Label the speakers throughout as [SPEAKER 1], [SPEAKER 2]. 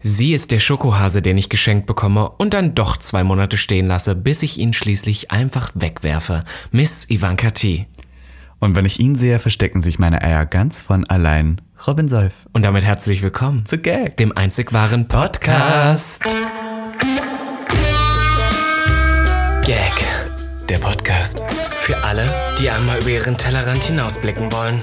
[SPEAKER 1] Sie ist der Schokohase, den ich geschenkt bekomme und dann doch zwei Monate stehen lasse, bis ich ihn schließlich einfach wegwerfe. Miss Ivanka T.
[SPEAKER 2] Und wenn ich ihn sehe, verstecken sich meine Eier ganz von allein. Robin Solf.
[SPEAKER 1] Und damit herzlich willkommen
[SPEAKER 2] Zu Gag.
[SPEAKER 1] dem einzig wahren Podcast. Gag, der Podcast. Für alle, die einmal über ihren Tellerrand hinausblicken wollen.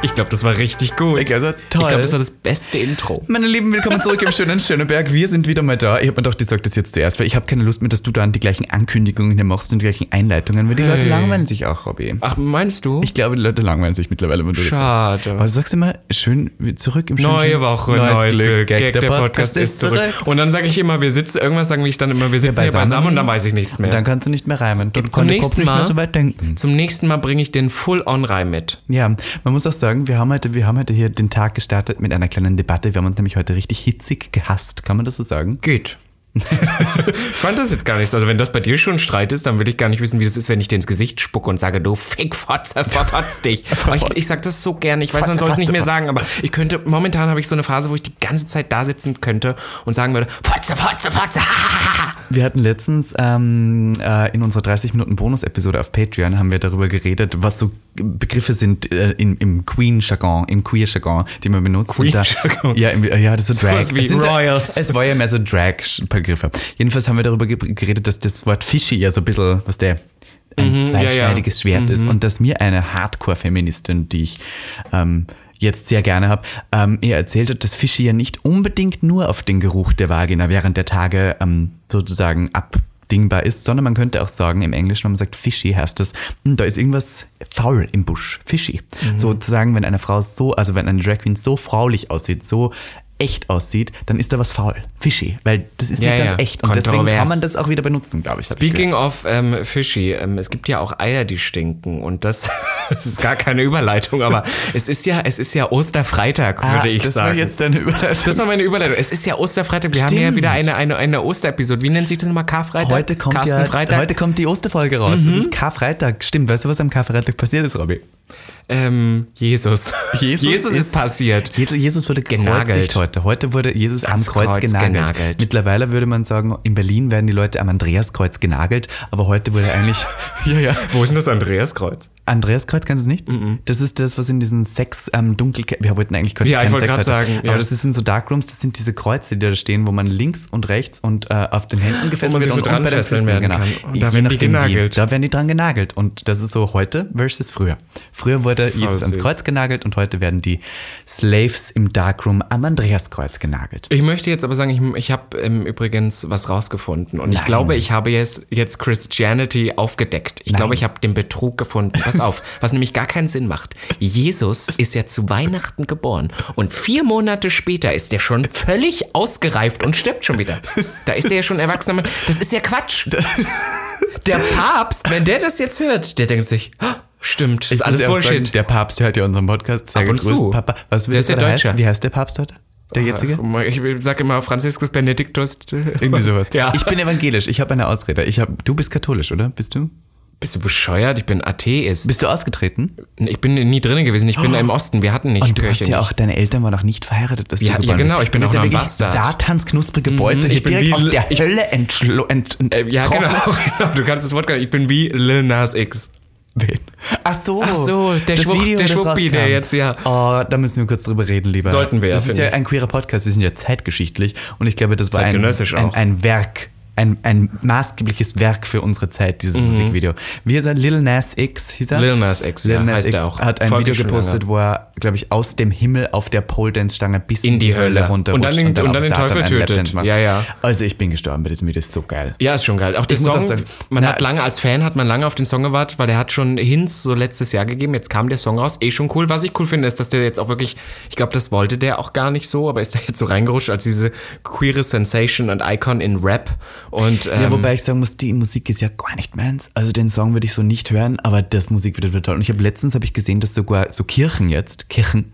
[SPEAKER 1] Ich glaube, das war richtig gut.
[SPEAKER 2] Ich also,
[SPEAKER 1] Ich
[SPEAKER 2] toll.
[SPEAKER 1] glaube, das war das beste Intro.
[SPEAKER 2] Meine Lieben, willkommen zurück im schönen Schöneberg. Wir sind wieder mal da. Ich habe mir doch gesagt, das jetzt zuerst, weil ich habe keine Lust mehr, dass du dann die gleichen Ankündigungen hier machst und die gleichen Einleitungen, weil die Leute langweilen sich auch, Robby.
[SPEAKER 1] Ach, meinst du?
[SPEAKER 2] Ich glaube, die Leute langweilen sich mittlerweile, wenn du das sagst.
[SPEAKER 1] Schade.
[SPEAKER 2] Aber du sagst immer, schön wie- zurück im schönen
[SPEAKER 1] Neue
[SPEAKER 2] Schöneberg.
[SPEAKER 1] Woche, neues Glück. Gag, der, Podcast ist zurück. Und dann sage ich immer, wir sitzen, irgendwas sagen ich dann immer, wir sitzen hier beisammen und dann weiß ich nichts mehr.
[SPEAKER 2] Und dann kannst du nicht mehr reimen. Dann
[SPEAKER 1] Zum
[SPEAKER 2] kann der Kopf
[SPEAKER 1] nächsten
[SPEAKER 2] nicht mehr
[SPEAKER 1] Mal.
[SPEAKER 2] so weit denken.
[SPEAKER 1] Zum nächsten Mal bringe ich den Full-On-Reim mit.
[SPEAKER 2] Ja, man muss auch sagen, wir haben, heute, wir haben heute hier den Tag gestartet mit einer kleinen Debatte. Wir haben uns nämlich heute richtig hitzig gehasst. Kann man das so sagen?
[SPEAKER 1] Geht. ich fand das jetzt gar nicht so. Also, wenn das bei dir schon Streit ist, dann will ich gar nicht wissen, wie das ist, wenn ich dir ins Gesicht spucke und sage, du Fickfotze, verfotz dich. Aber ich, ich sag das so gerne. Ich weiß, man
[SPEAKER 2] Fotze,
[SPEAKER 1] soll es nicht
[SPEAKER 2] Fotze,
[SPEAKER 1] mehr
[SPEAKER 2] Fotze.
[SPEAKER 1] sagen, aber ich könnte, momentan habe ich so eine Phase, wo ich die ganze Zeit da sitzen könnte und sagen würde, Fotze, Fotze, Fotze, ha, ha, ha.
[SPEAKER 2] Wir hatten letztens ähm, äh, in unserer 30-Minuten-Bonus-Episode auf Patreon haben wir darüber geredet, was so Begriffe sind äh, im, im Queen-Jargon, im Queer-Jargon, die man benutzt. Und da-
[SPEAKER 1] Queen-Jargon?
[SPEAKER 2] Ja, im, äh, ja, das ist so Drag.
[SPEAKER 1] Sowas wie
[SPEAKER 2] es, sind so-
[SPEAKER 1] Royals.
[SPEAKER 2] es war ja mehr so Drag-Begriffe. Jedenfalls haben wir darüber ge- geredet, dass das Wort Fischi ja so ein bisschen, was der ein
[SPEAKER 1] Mhm,
[SPEAKER 2] zweischneidiges Schwert ist und dass mir eine Hardcore-Feministin, die ich ähm, jetzt sehr gerne habe, ähm, ihr erzählt hat, dass Fische ja nicht unbedingt nur auf den Geruch der Vagina während der Tage ähm, sozusagen abdingbar ist, sondern man könnte auch sagen, im Englischen, wenn man sagt fishy, heißt das, "Hm, da ist irgendwas faul im Busch, fishy.
[SPEAKER 1] Mhm.
[SPEAKER 2] Sozusagen, wenn eine Frau so, also wenn eine Drag Queen so fraulich aussieht, so echt aussieht, dann ist da was faul, fishy, weil das ist
[SPEAKER 1] Ja,
[SPEAKER 2] nicht ganz
[SPEAKER 1] ja,
[SPEAKER 2] echt und deswegen
[SPEAKER 1] kontrovers.
[SPEAKER 2] kann man das auch wieder benutzen, glaube ich. hab ich gehört.
[SPEAKER 1] Speaking of ähm, fishy, ähm, es gibt ja auch Eier, die stinken und das, das ist gar keine Überleitung, aber es ist ja, es ist ja Osterfreitag,
[SPEAKER 2] Ah,
[SPEAKER 1] würde ich
[SPEAKER 2] das
[SPEAKER 1] sagen.
[SPEAKER 2] war jetzt deine Überleitung.
[SPEAKER 1] Das war meine Überleitung. Es ist ja Osterfreitag. Wir haben ja
[SPEAKER 2] Stimmt.
[SPEAKER 1] wieder eine, eine, eine Osterepisode. Wie nennt sich das nochmal? Karfreitag?
[SPEAKER 2] Heute kommt, ja,
[SPEAKER 1] Karstenfreitag?
[SPEAKER 2] heute kommt die Osterfolge raus.
[SPEAKER 1] Mhm.
[SPEAKER 2] Es ist Karfreitag. Stimmt, weißt du, was am Karfreitag passiert ist, Robby?
[SPEAKER 1] ähm, Jesus. ist, passiert.
[SPEAKER 2] Je- Jesus wurde
[SPEAKER 1] Genagelt.
[SPEAKER 2] genagelt heute. Heute wurde Jesus am
[SPEAKER 1] Ans
[SPEAKER 2] Kreuz,
[SPEAKER 1] Kreuz
[SPEAKER 2] genagelt.
[SPEAKER 1] genagelt.
[SPEAKER 2] Mittlerweile würde man sagen, in Berlin werden die Leute am Andreaskreuz genagelt, aber heute wurde eigentlich ja, ja.
[SPEAKER 1] Wo ist denn das Andreaskreuz?
[SPEAKER 2] Andreaskreuz kannst du es nicht?
[SPEAKER 1] Mhm.
[SPEAKER 2] Das ist das, was in diesen Sex ähm, dunkel wir wollten eigentlich keinen
[SPEAKER 1] Ja, ich
[SPEAKER 2] keinen
[SPEAKER 1] wollte
[SPEAKER 2] Sex
[SPEAKER 1] gerade
[SPEAKER 2] heute.
[SPEAKER 1] sagen, ja.
[SPEAKER 2] aber das ist in so Darkrooms, das sind diese Kreuze, die da stehen, wo man links und rechts und äh, auf den Händen gefesselt
[SPEAKER 1] man sich
[SPEAKER 2] wird
[SPEAKER 1] so
[SPEAKER 2] und
[SPEAKER 1] dran
[SPEAKER 2] und bei den
[SPEAKER 1] fesseln
[SPEAKER 2] Füßen,
[SPEAKER 1] werden
[SPEAKER 2] genau.
[SPEAKER 1] kann. Und da
[SPEAKER 2] Je
[SPEAKER 1] werden die
[SPEAKER 2] nachdem, wie.
[SPEAKER 1] genagelt.
[SPEAKER 2] Da werden die dran genagelt und das ist so heute versus früher. Früher wurde Jesus ans
[SPEAKER 1] Oh, süß.
[SPEAKER 2] Kreuz genagelt und heute werden die Slaves im Darkroom am Andreaskreuz genagelt.
[SPEAKER 1] Ich möchte jetzt aber sagen, ich, ich habe ähm, übrigens was rausgefunden. Und ich
[SPEAKER 2] Nein.
[SPEAKER 1] glaube, ich habe jetzt, jetzt Christianity aufgedeckt. Ich
[SPEAKER 2] Nein.
[SPEAKER 1] glaube, ich habe den Betrug gefunden. Pass auf, was nämlich gar keinen Sinn macht. Jesus ist ja zu Weihnachten geboren. Und vier Monate später ist er schon völlig ausgereift und stirbt schon wieder. Da ist er ja schon erwachsener Mann. Das ist ja Quatsch. Der Papst, wenn der das jetzt hört, der denkt sich, "Ah, stimmt, das ist
[SPEAKER 2] Ich
[SPEAKER 1] alles
[SPEAKER 2] muss ja auch
[SPEAKER 1] Bullshit.
[SPEAKER 2] Sagen, der Papst hört ja unseren Podcast. Sehr
[SPEAKER 1] Ab und
[SPEAKER 2] gegrüßt,
[SPEAKER 1] zu.
[SPEAKER 2] Papa. Was
[SPEAKER 1] Der
[SPEAKER 2] wird
[SPEAKER 1] ist ja
[SPEAKER 2] der heißt?
[SPEAKER 1] Deutscher. Oh,
[SPEAKER 2] Wie heißt der Papst heute? Der jetzige?
[SPEAKER 1] Ich sage immer Franziskus Benediktus.
[SPEAKER 2] Irgendwie sowas.
[SPEAKER 1] Ja.
[SPEAKER 2] Ich bin evangelisch, ich habe eine Ausrede. Ich hab, du bist katholisch, oder? Bist du?
[SPEAKER 1] Bist du bescheuert? Ich bin Atheist.
[SPEAKER 2] Bist du ausgetreten?
[SPEAKER 1] Ich bin nie drinnen gewesen. Ich bin im Osten. Wir hatten nicht
[SPEAKER 2] Und du
[SPEAKER 1] Kirche.
[SPEAKER 2] hast ja auch, deine Eltern waren noch nicht verheiratet, dass
[SPEAKER 1] Ja,
[SPEAKER 2] du
[SPEAKER 1] ja,
[SPEAKER 2] geboren
[SPEAKER 1] genau,
[SPEAKER 2] bist.
[SPEAKER 1] ich bin
[SPEAKER 2] du
[SPEAKER 1] auch
[SPEAKER 2] bist ja
[SPEAKER 1] noch ein
[SPEAKER 2] wirklich
[SPEAKER 1] Bastard.
[SPEAKER 2] Satans knusprige Beute,
[SPEAKER 1] Mhm, ich
[SPEAKER 2] die
[SPEAKER 1] bin
[SPEAKER 2] direkt
[SPEAKER 1] wie
[SPEAKER 2] aus
[SPEAKER 1] L-
[SPEAKER 2] der
[SPEAKER 1] ich-
[SPEAKER 2] Hölle entschlo, ent, ent,
[SPEAKER 1] Äh, ja,
[SPEAKER 2] krochen.
[SPEAKER 1] genau, genau. Du kannst das Wort gar nicht. Ich bin wie Lil Nas X.
[SPEAKER 2] Wen? Ach so,
[SPEAKER 1] Ach so, der
[SPEAKER 2] das
[SPEAKER 1] Schwupp- der
[SPEAKER 2] das
[SPEAKER 1] Schwuppi, der
[SPEAKER 2] rauskam.
[SPEAKER 1] jetzt, ja.
[SPEAKER 2] Oh, da müssen wir kurz drüber reden, lieber.
[SPEAKER 1] Sollten wir,
[SPEAKER 2] Das ist
[SPEAKER 1] finde
[SPEAKER 2] ja
[SPEAKER 1] ich.
[SPEAKER 2] ein queerer Podcast, wir sind ja zeitgeschichtlich und ich glaube, das war ein,
[SPEAKER 1] Zeitgenössisch
[SPEAKER 2] ein,
[SPEAKER 1] auch.
[SPEAKER 2] ein Werk, ein, ein maßgebliches Werk für unsere Zeit, dieses Musikvideo. Wir sind Lil Nas X, hieß er?
[SPEAKER 1] Mhm. Lil Nas X, ja,
[SPEAKER 2] Lil Nas
[SPEAKER 1] heißt
[SPEAKER 2] X
[SPEAKER 1] er auch.
[SPEAKER 2] hat ein
[SPEAKER 1] Folge
[SPEAKER 2] Video
[SPEAKER 1] schon
[SPEAKER 2] gepostet, wo er, glaube ich, aus dem Himmel auf der Pole Dance Stange bis
[SPEAKER 1] In die Hölle.
[SPEAKER 2] runter
[SPEAKER 1] Und dann den- und
[SPEAKER 2] auf
[SPEAKER 1] dann den
[SPEAKER 2] Satan
[SPEAKER 1] Teufel
[SPEAKER 2] einen Lapdance
[SPEAKER 1] tötet.
[SPEAKER 2] macht.
[SPEAKER 1] Ja, ja.
[SPEAKER 2] Also ich bin gestorben bei diesem Video, ist so geil.
[SPEAKER 1] Ja, ist schon geil. Auch der
[SPEAKER 2] Ich muss
[SPEAKER 1] Song,
[SPEAKER 2] auch sagen,
[SPEAKER 1] man
[SPEAKER 2] na-
[SPEAKER 1] hat lange, als Fan hat man lange auf den Song gewartet, weil der hat schon Hints so letztes Jahr gegeben. Jetzt kam der Song raus. Eh schon cool. Was ich cool finde, ist, dass der jetzt auch wirklich, ich glaube, das wollte der auch gar nicht so, aber ist da jetzt so reingerutscht als diese queere Sensation und Icon in Rap. Und, ähm,
[SPEAKER 2] Ja, wobei ich sagen muss, die Musik ist ja gar nicht meins. Also den Song würde ich so nicht hören, aber das Musikvideo wird toll. Und ich habe letztens habe ich gesehen, dass sogar so Kirchen jetzt Kirchen,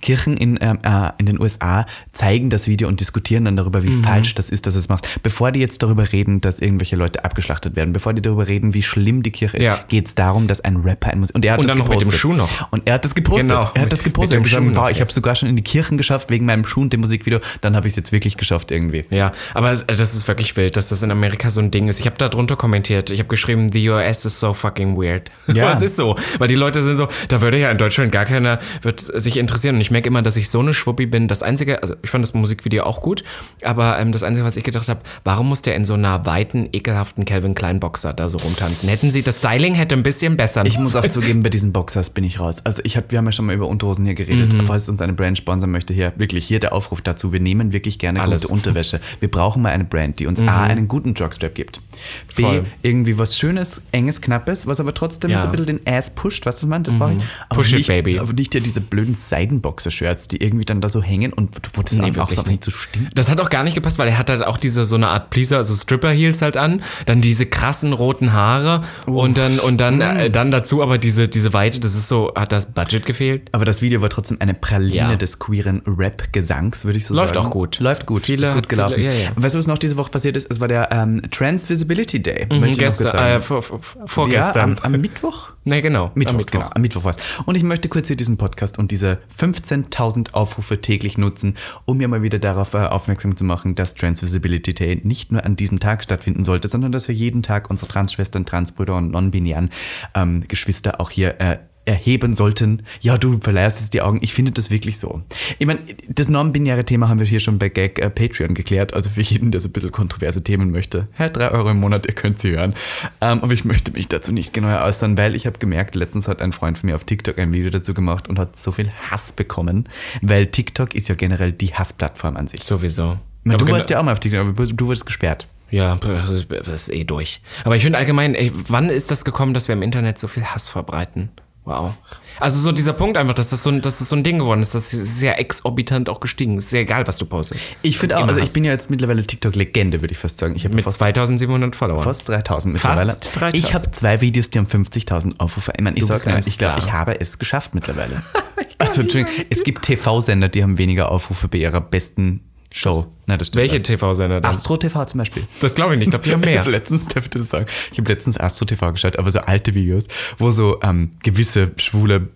[SPEAKER 1] Kirchen.
[SPEAKER 2] in, ähm, äh, in den USA zeigen das Video und diskutieren dann darüber,
[SPEAKER 1] Mhm.
[SPEAKER 2] wie falsch das ist, dass es macht. Bevor die jetzt darüber reden, dass irgendwelche Leute abgeschlachtet werden, bevor die darüber reden, wie schlimm die Kirche ist,
[SPEAKER 1] Ja.
[SPEAKER 2] geht es darum, dass ein Rapper ein Musik. Und er hat
[SPEAKER 1] Und
[SPEAKER 2] das
[SPEAKER 1] dann noch mit dem
[SPEAKER 2] gepostet.
[SPEAKER 1] Schuh noch.
[SPEAKER 2] Und er hat das gepostet.
[SPEAKER 1] Genau,
[SPEAKER 2] Er
[SPEAKER 1] mit-
[SPEAKER 2] hat das
[SPEAKER 1] mit
[SPEAKER 2] gepostet.
[SPEAKER 1] dem
[SPEAKER 2] und gesagt,
[SPEAKER 1] Schuh noch,
[SPEAKER 2] wow, ich
[SPEAKER 1] ja.
[SPEAKER 2] habe sogar schon in die Kirchen geschafft, wegen meinem Schuh und dem Musikvideo. Dann habe ich es jetzt wirklich geschafft irgendwie.
[SPEAKER 1] Ja, aber es- das ist wirklich wild, dass das in Amerika so ein Ding ist. Ich habe da drunter kommentiert. Ich habe geschrieben, the US is so fucking weird.
[SPEAKER 2] Ja.
[SPEAKER 1] Aber es ist so, weil die Leute sind so, da würde ja in Deutschland gar keiner wird sich interessieren. Und ich merke immer, dass ich so eine Schwuppi bin. Das Einzige, also ich fand das Musikvideo auch gut, aber ähm, das Einzige, was ich gedacht habe, warum muss der in so einer weiten, ekelhaften Calvin Klein Boxer da so rumtanzen? Hätten sie das Styling hätte ein bisschen besser.
[SPEAKER 2] Ich muss auch zugeben, bei diesen Boxers bin ich raus. Also ich habe, wir haben ja schon mal über Unterhosen hier geredet.
[SPEAKER 1] Mhm.
[SPEAKER 2] Falls uns eine Brand sponsern möchte, hier wirklich hier der Aufruf dazu. Wir nehmen wirklich gerne
[SPEAKER 1] Alles. Mhm.
[SPEAKER 2] gute Unterwäsche. Wir brauchen mal eine Brand, die uns A, einen guten Jogstrap gibt. B,
[SPEAKER 1] Voll.
[SPEAKER 2] irgendwie was Schönes, Enges, Knappes, was aber trotzdem
[SPEAKER 1] Ja. Mhm.
[SPEAKER 2] so ein bisschen den Ass pusht, weißt du, was man, das brauche ich. Aber
[SPEAKER 1] Push it,
[SPEAKER 2] nicht,
[SPEAKER 1] baby.
[SPEAKER 2] Aber nicht ja diese blöden Seidenboxer-Shirts, die irgendwie dann da so hängen und wo das
[SPEAKER 1] Nee,
[SPEAKER 2] dann auch
[SPEAKER 1] wirklich
[SPEAKER 2] so anfängt
[SPEAKER 1] nicht.
[SPEAKER 2] zu stinken.
[SPEAKER 1] Das hat auch gar nicht gepasst, weil er hat halt auch diese so eine Art Pleaser, also Stripper Heels halt an, dann diese krassen roten Haare
[SPEAKER 2] Oh.
[SPEAKER 1] und dann und
[SPEAKER 2] Mm.
[SPEAKER 1] dann äh, dann dazu aber diese diese Weite, das ist so hat das Budget gefehlt.
[SPEAKER 2] Aber das Video war trotzdem eine Praline
[SPEAKER 1] Ja.
[SPEAKER 2] des queeren Rap-Gesangs, würde ich so
[SPEAKER 1] Läuft
[SPEAKER 2] sagen.
[SPEAKER 1] auch gut.
[SPEAKER 2] Läuft gut.
[SPEAKER 1] Viele-
[SPEAKER 2] ist gut gelaufen.
[SPEAKER 1] viele- ja, ja.
[SPEAKER 2] Und weißt du, was noch diese Woche passiert ist? Es war der ähm, Trans Visibility Day. möchte ich noch kurz
[SPEAKER 1] Gestern, äh,
[SPEAKER 2] sagen.
[SPEAKER 1] vor, vor,
[SPEAKER 2] ja,
[SPEAKER 1] vorgestern.
[SPEAKER 2] am, am Mittwoch?
[SPEAKER 1] ne, genau. am
[SPEAKER 2] Mittwoch, genau. Am Mittwoch war es. Und ich möchte kurz hier diesen Podcast und diese 15.000 Aufrufe täglich nutzen, um mir mal wieder darauf äh, aufmerksam zu machen, dass Trans Visibility Day nicht nur an diesem Tag stattfinden sollte, sondern dass wir jeden Tag unsere Transschwestern, Transbrüder und non-binären ähm, Geschwister auch hier äh, erheben sollten. Ja, du verleihst jetzt die Augen. Ich finde das wirklich so. Ich meine, das non-binäre Thema haben wir hier schon bei Gag äh, Patreon geklärt. Also für jeden, der so ein bisschen kontroverse Themen möchte. Herr, 3 Euro im Monat, ihr könnt sie hören. Ähm, aber ich möchte mich dazu nicht genauer äußern, weil ich habe gemerkt, letztens hat ein Freund von mir auf TikTok ein Video dazu gemacht und hat so viel Hass bekommen, weil TikTok ist ja generell die Hassplattform an sich.
[SPEAKER 1] Sowieso.
[SPEAKER 2] Ich meine,
[SPEAKER 1] Aber
[SPEAKER 2] du
[SPEAKER 1] genau-
[SPEAKER 2] warst ja auch mal auf TikTok, aber du wurdest gesperrt.
[SPEAKER 1] Ja, das ist, das ist eh durch. Aber ich finde allgemein, ey, wann ist das gekommen, dass wir im Internet so viel Hass verbreiten? Wow. Also so dieser Punkt einfach, dass das so ein, dass das so ein Ding geworden ist, das ist sehr exorbitant auch gestiegen. Ist ja egal, was du postest.
[SPEAKER 2] Ich finde auch,
[SPEAKER 1] Immer
[SPEAKER 2] also ich
[SPEAKER 1] Hass.
[SPEAKER 2] bin ja jetzt mittlerweile TikTok-Legende, würde ich fast sagen. Ich habe
[SPEAKER 1] Mit 2700 Followern.
[SPEAKER 2] Fast 3000 mittlerweile.
[SPEAKER 1] Fast 3000.
[SPEAKER 2] Ich habe zwei Videos, die haben 50.000 Aufrufe. Ich, meine, ich,
[SPEAKER 1] bist
[SPEAKER 2] sag's mal,
[SPEAKER 1] ein
[SPEAKER 2] ich glaube,
[SPEAKER 1] Star.
[SPEAKER 2] ich habe es geschafft mittlerweile. also, Entschuldigung, es gibt TV-Sender, die haben weniger Aufrufe bei ihrer besten Show. Na, das stimmt
[SPEAKER 1] Welche
[SPEAKER 2] nicht.
[SPEAKER 1] TV-Sender das?
[SPEAKER 2] Astro TV zum Beispiel.
[SPEAKER 1] Das glaube ich nicht, ich glaube, die haben
[SPEAKER 2] Ich
[SPEAKER 1] mehr.
[SPEAKER 2] habe letztens, darf ich das sagen? Ich habe letztens Astro TV geschaut, aber so alte Videos, wo so ähm, gewisse schwule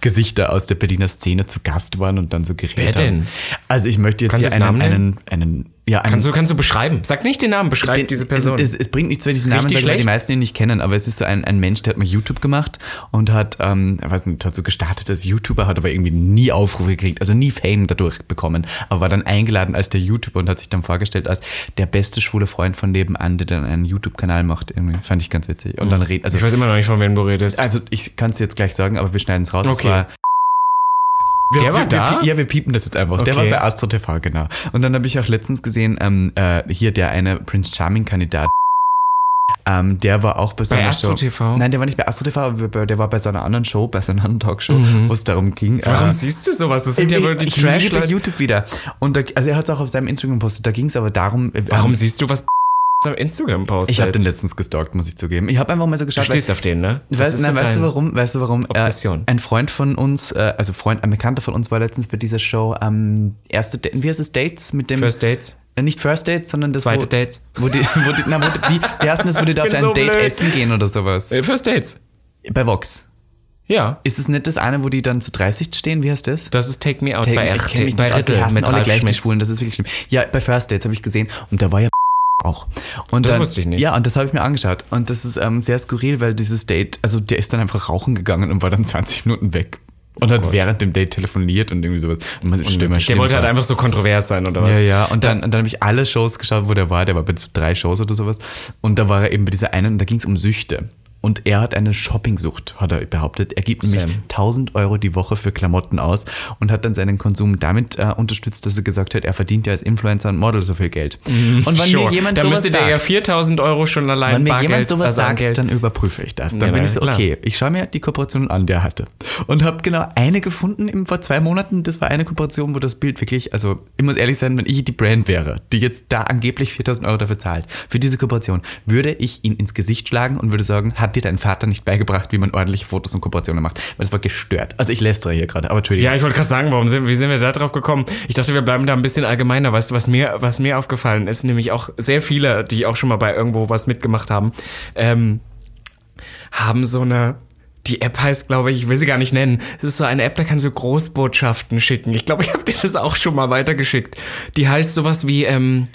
[SPEAKER 2] Gesichter aus der Berliner Szene zu Gast waren und dann so geredet
[SPEAKER 1] Wer
[SPEAKER 2] haben.
[SPEAKER 1] denn?
[SPEAKER 2] Also ich möchte jetzt
[SPEAKER 1] Kannst
[SPEAKER 2] hier
[SPEAKER 1] du
[SPEAKER 2] einen,
[SPEAKER 1] jetzt
[SPEAKER 2] einen, einen, ja, einen
[SPEAKER 1] Kannst du, kannst du beschreiben? Sag nicht den Namen, beschreib
[SPEAKER 2] den-
[SPEAKER 1] diese Person.
[SPEAKER 2] Es, es, es bringt nichts, wenn ich diesen Namen
[SPEAKER 1] Richtig
[SPEAKER 2] sage, weil die
[SPEAKER 1] schlecht?
[SPEAKER 2] meisten ihn nicht kennen, aber es ist so ein, ein Mensch, der hat mal YouTube gemacht und hat, ähm, er weiß nicht, hat so gestartet als YouTuber, hat aber irgendwie nie Aufrufe gekriegt, also nie Fame dadurch bekommen, aber war dann eingeladen als der YouTuber und hat sich dann vorgestellt als der beste schwule Freund von nebenan, der dann einen YouTube-Kanal macht. Irgendwie. Fand ich ganz witzig. Und dann redet, also,
[SPEAKER 1] ich weiß immer noch nicht, von wem du redest.
[SPEAKER 2] also ich kann es jetzt gleich sagen, aber wir schneiden es raus. Es
[SPEAKER 1] Okay.
[SPEAKER 2] war- wir,
[SPEAKER 1] Der war
[SPEAKER 2] wir,
[SPEAKER 1] da?
[SPEAKER 2] Wir, ja, wir piepen das jetzt einfach. Der war
[SPEAKER 1] Okay.
[SPEAKER 2] bei Astro TV, genau. Und dann habe ich auch letztens gesehen, ähm, äh, hier der eine Prince Charming-Kandidat. Ähm, der war auch bei so
[SPEAKER 1] Bei
[SPEAKER 2] einer
[SPEAKER 1] Astro
[SPEAKER 2] Show.
[SPEAKER 1] TV?
[SPEAKER 2] Nein, der war nicht bei Astro TV, aber bei- der war bei so einer anderen Show, bei so einer anderen Talkshow, wo es darum ging.
[SPEAKER 1] Mhm. Warum
[SPEAKER 2] äh,
[SPEAKER 1] siehst du sowas? Das sind ja
[SPEAKER 2] ich-
[SPEAKER 1] wohl die
[SPEAKER 2] ich liebe
[SPEAKER 1] Trash-Leute.
[SPEAKER 2] YouTube wieder. Und da, also er hat es auch auf seinem Instagram gepostet. Da ging es aber darum. äh,
[SPEAKER 1] Warum
[SPEAKER 2] ähm,
[SPEAKER 1] siehst du, was auf Instagram postet?
[SPEAKER 2] ich habe den letztens gestalkt, muss ich zugeben. Ich habe einfach mal so
[SPEAKER 1] du
[SPEAKER 2] geschaut. weil-
[SPEAKER 1] stehst auf den, ne? Das
[SPEAKER 2] Weißt,
[SPEAKER 1] ist
[SPEAKER 2] nein,
[SPEAKER 1] so
[SPEAKER 2] weißt du
[SPEAKER 1] dein-
[SPEAKER 2] warum? Weißt du warum?
[SPEAKER 1] Obsession.
[SPEAKER 2] Äh, ein Freund von uns, äh, also Freund, ein Bekannter von uns war letztens bei dieser Show ähm, erste, Da- wie heißt es Dates mit dem?
[SPEAKER 1] First Dates?
[SPEAKER 2] Äh, Nicht First Dates, sondern das
[SPEAKER 1] Zweite
[SPEAKER 2] wo,
[SPEAKER 1] Dates?
[SPEAKER 2] Wo die, wo die, na, wo die, wie, wie heißt denn das, wo die da
[SPEAKER 1] Ich
[SPEAKER 2] auf ein
[SPEAKER 1] bin so
[SPEAKER 2] Date
[SPEAKER 1] blöd.
[SPEAKER 2] essen gehen oder sowas?
[SPEAKER 1] Äh, First Dates.
[SPEAKER 2] Bei Vox.
[SPEAKER 1] Ja.
[SPEAKER 2] Ist es nicht das eine, wo die dann zu 30 stehen? Wie heißt das?
[SPEAKER 1] Das ist Take Me Out bei
[SPEAKER 2] Ich kenn
[SPEAKER 1] RT,
[SPEAKER 2] mich
[SPEAKER 1] bei
[SPEAKER 2] nicht aus, die
[SPEAKER 1] Ritte
[SPEAKER 2] hassen
[SPEAKER 1] mit
[SPEAKER 2] alle
[SPEAKER 1] Ralf
[SPEAKER 2] gleich die
[SPEAKER 1] Schmitz.
[SPEAKER 2] Schwulen, das ist wirklich schlimm. Ja, bei First Dates habe ich gesehen und da war ja auch. Und
[SPEAKER 1] Das
[SPEAKER 2] dann,
[SPEAKER 1] wusste ich nicht.
[SPEAKER 2] Ja, und das habe ich mir angeschaut. Und das ist ähm, sehr skurril, weil dieses Date, also der ist dann einfach rauchen gegangen und war dann 20 Minuten weg. Und hat während dem Date telefoniert und irgendwie sowas. Und man, stell mir
[SPEAKER 1] Oh Der
[SPEAKER 2] schlimm
[SPEAKER 1] wollte halt
[SPEAKER 2] vor.
[SPEAKER 1] einfach so kontrovers sein, oder was?
[SPEAKER 2] Ja, ja, und dann, und dann habe ich alle Shows geschaut, wo der war. Der war bei so drei Shows oder sowas. Und da war er eben bei dieser einen, und da ging es um Süchte. Und er hat eine Shoppingsucht, hat er behauptet. Er gibt nämlich
[SPEAKER 1] Sam.
[SPEAKER 2] 1000 Euro die Woche für Klamotten aus und hat dann seinen Konsum damit äh, unterstützt, dass er gesagt hat, er verdient ja als Influencer und Model so viel Geld. Und wenn
[SPEAKER 1] Mhm. Sure.
[SPEAKER 2] mir jemand
[SPEAKER 1] da
[SPEAKER 2] sowas
[SPEAKER 1] müsste der ja
[SPEAKER 2] sagt,
[SPEAKER 1] 4000 Euro schon allein
[SPEAKER 2] wenn mir
[SPEAKER 1] Bargeld,
[SPEAKER 2] jemand sowas
[SPEAKER 1] also
[SPEAKER 2] sagt,
[SPEAKER 1] Geld-
[SPEAKER 2] dann überprüfe ich das. Dann
[SPEAKER 1] Ja,
[SPEAKER 2] bin
[SPEAKER 1] na
[SPEAKER 2] ich so,
[SPEAKER 1] klar.
[SPEAKER 2] okay, ich schaue mir die Kooperationen an, die er hatte. Und habe genau eine gefunden im, vor zwei Monaten. Das war eine Kooperation, wo das Bild wirklich, also ich muss ehrlich sein, wenn ich die Brand wäre, die jetzt da angeblich 4000 Euro dafür zahlt, für diese Kooperation, würde ich ihn ins Gesicht schlagen und würde sagen, hat hat dir dein Vater nicht beigebracht, wie man ordentliche Fotos und Kooperationen macht? Weil es war gestört. Also ich lästere hier gerade, aber Entschuldigung.
[SPEAKER 1] Ja, ich wollte gerade sagen, warum sind, wie sind wir da drauf gekommen? Ich dachte, wir bleiben da ein bisschen allgemeiner. Weißt du, was mir, was mir aufgefallen ist, nämlich auch sehr viele, die auch schon mal bei irgendwo was mitgemacht haben, ähm, haben so eine, die App heißt, glaube ich, ich will sie gar nicht nennen. Es ist so eine App, da kannst du Großbotschaften schicken. Ich glaube, ich habe dir das auch schon mal weitergeschickt. Die heißt sowas wie, ähm,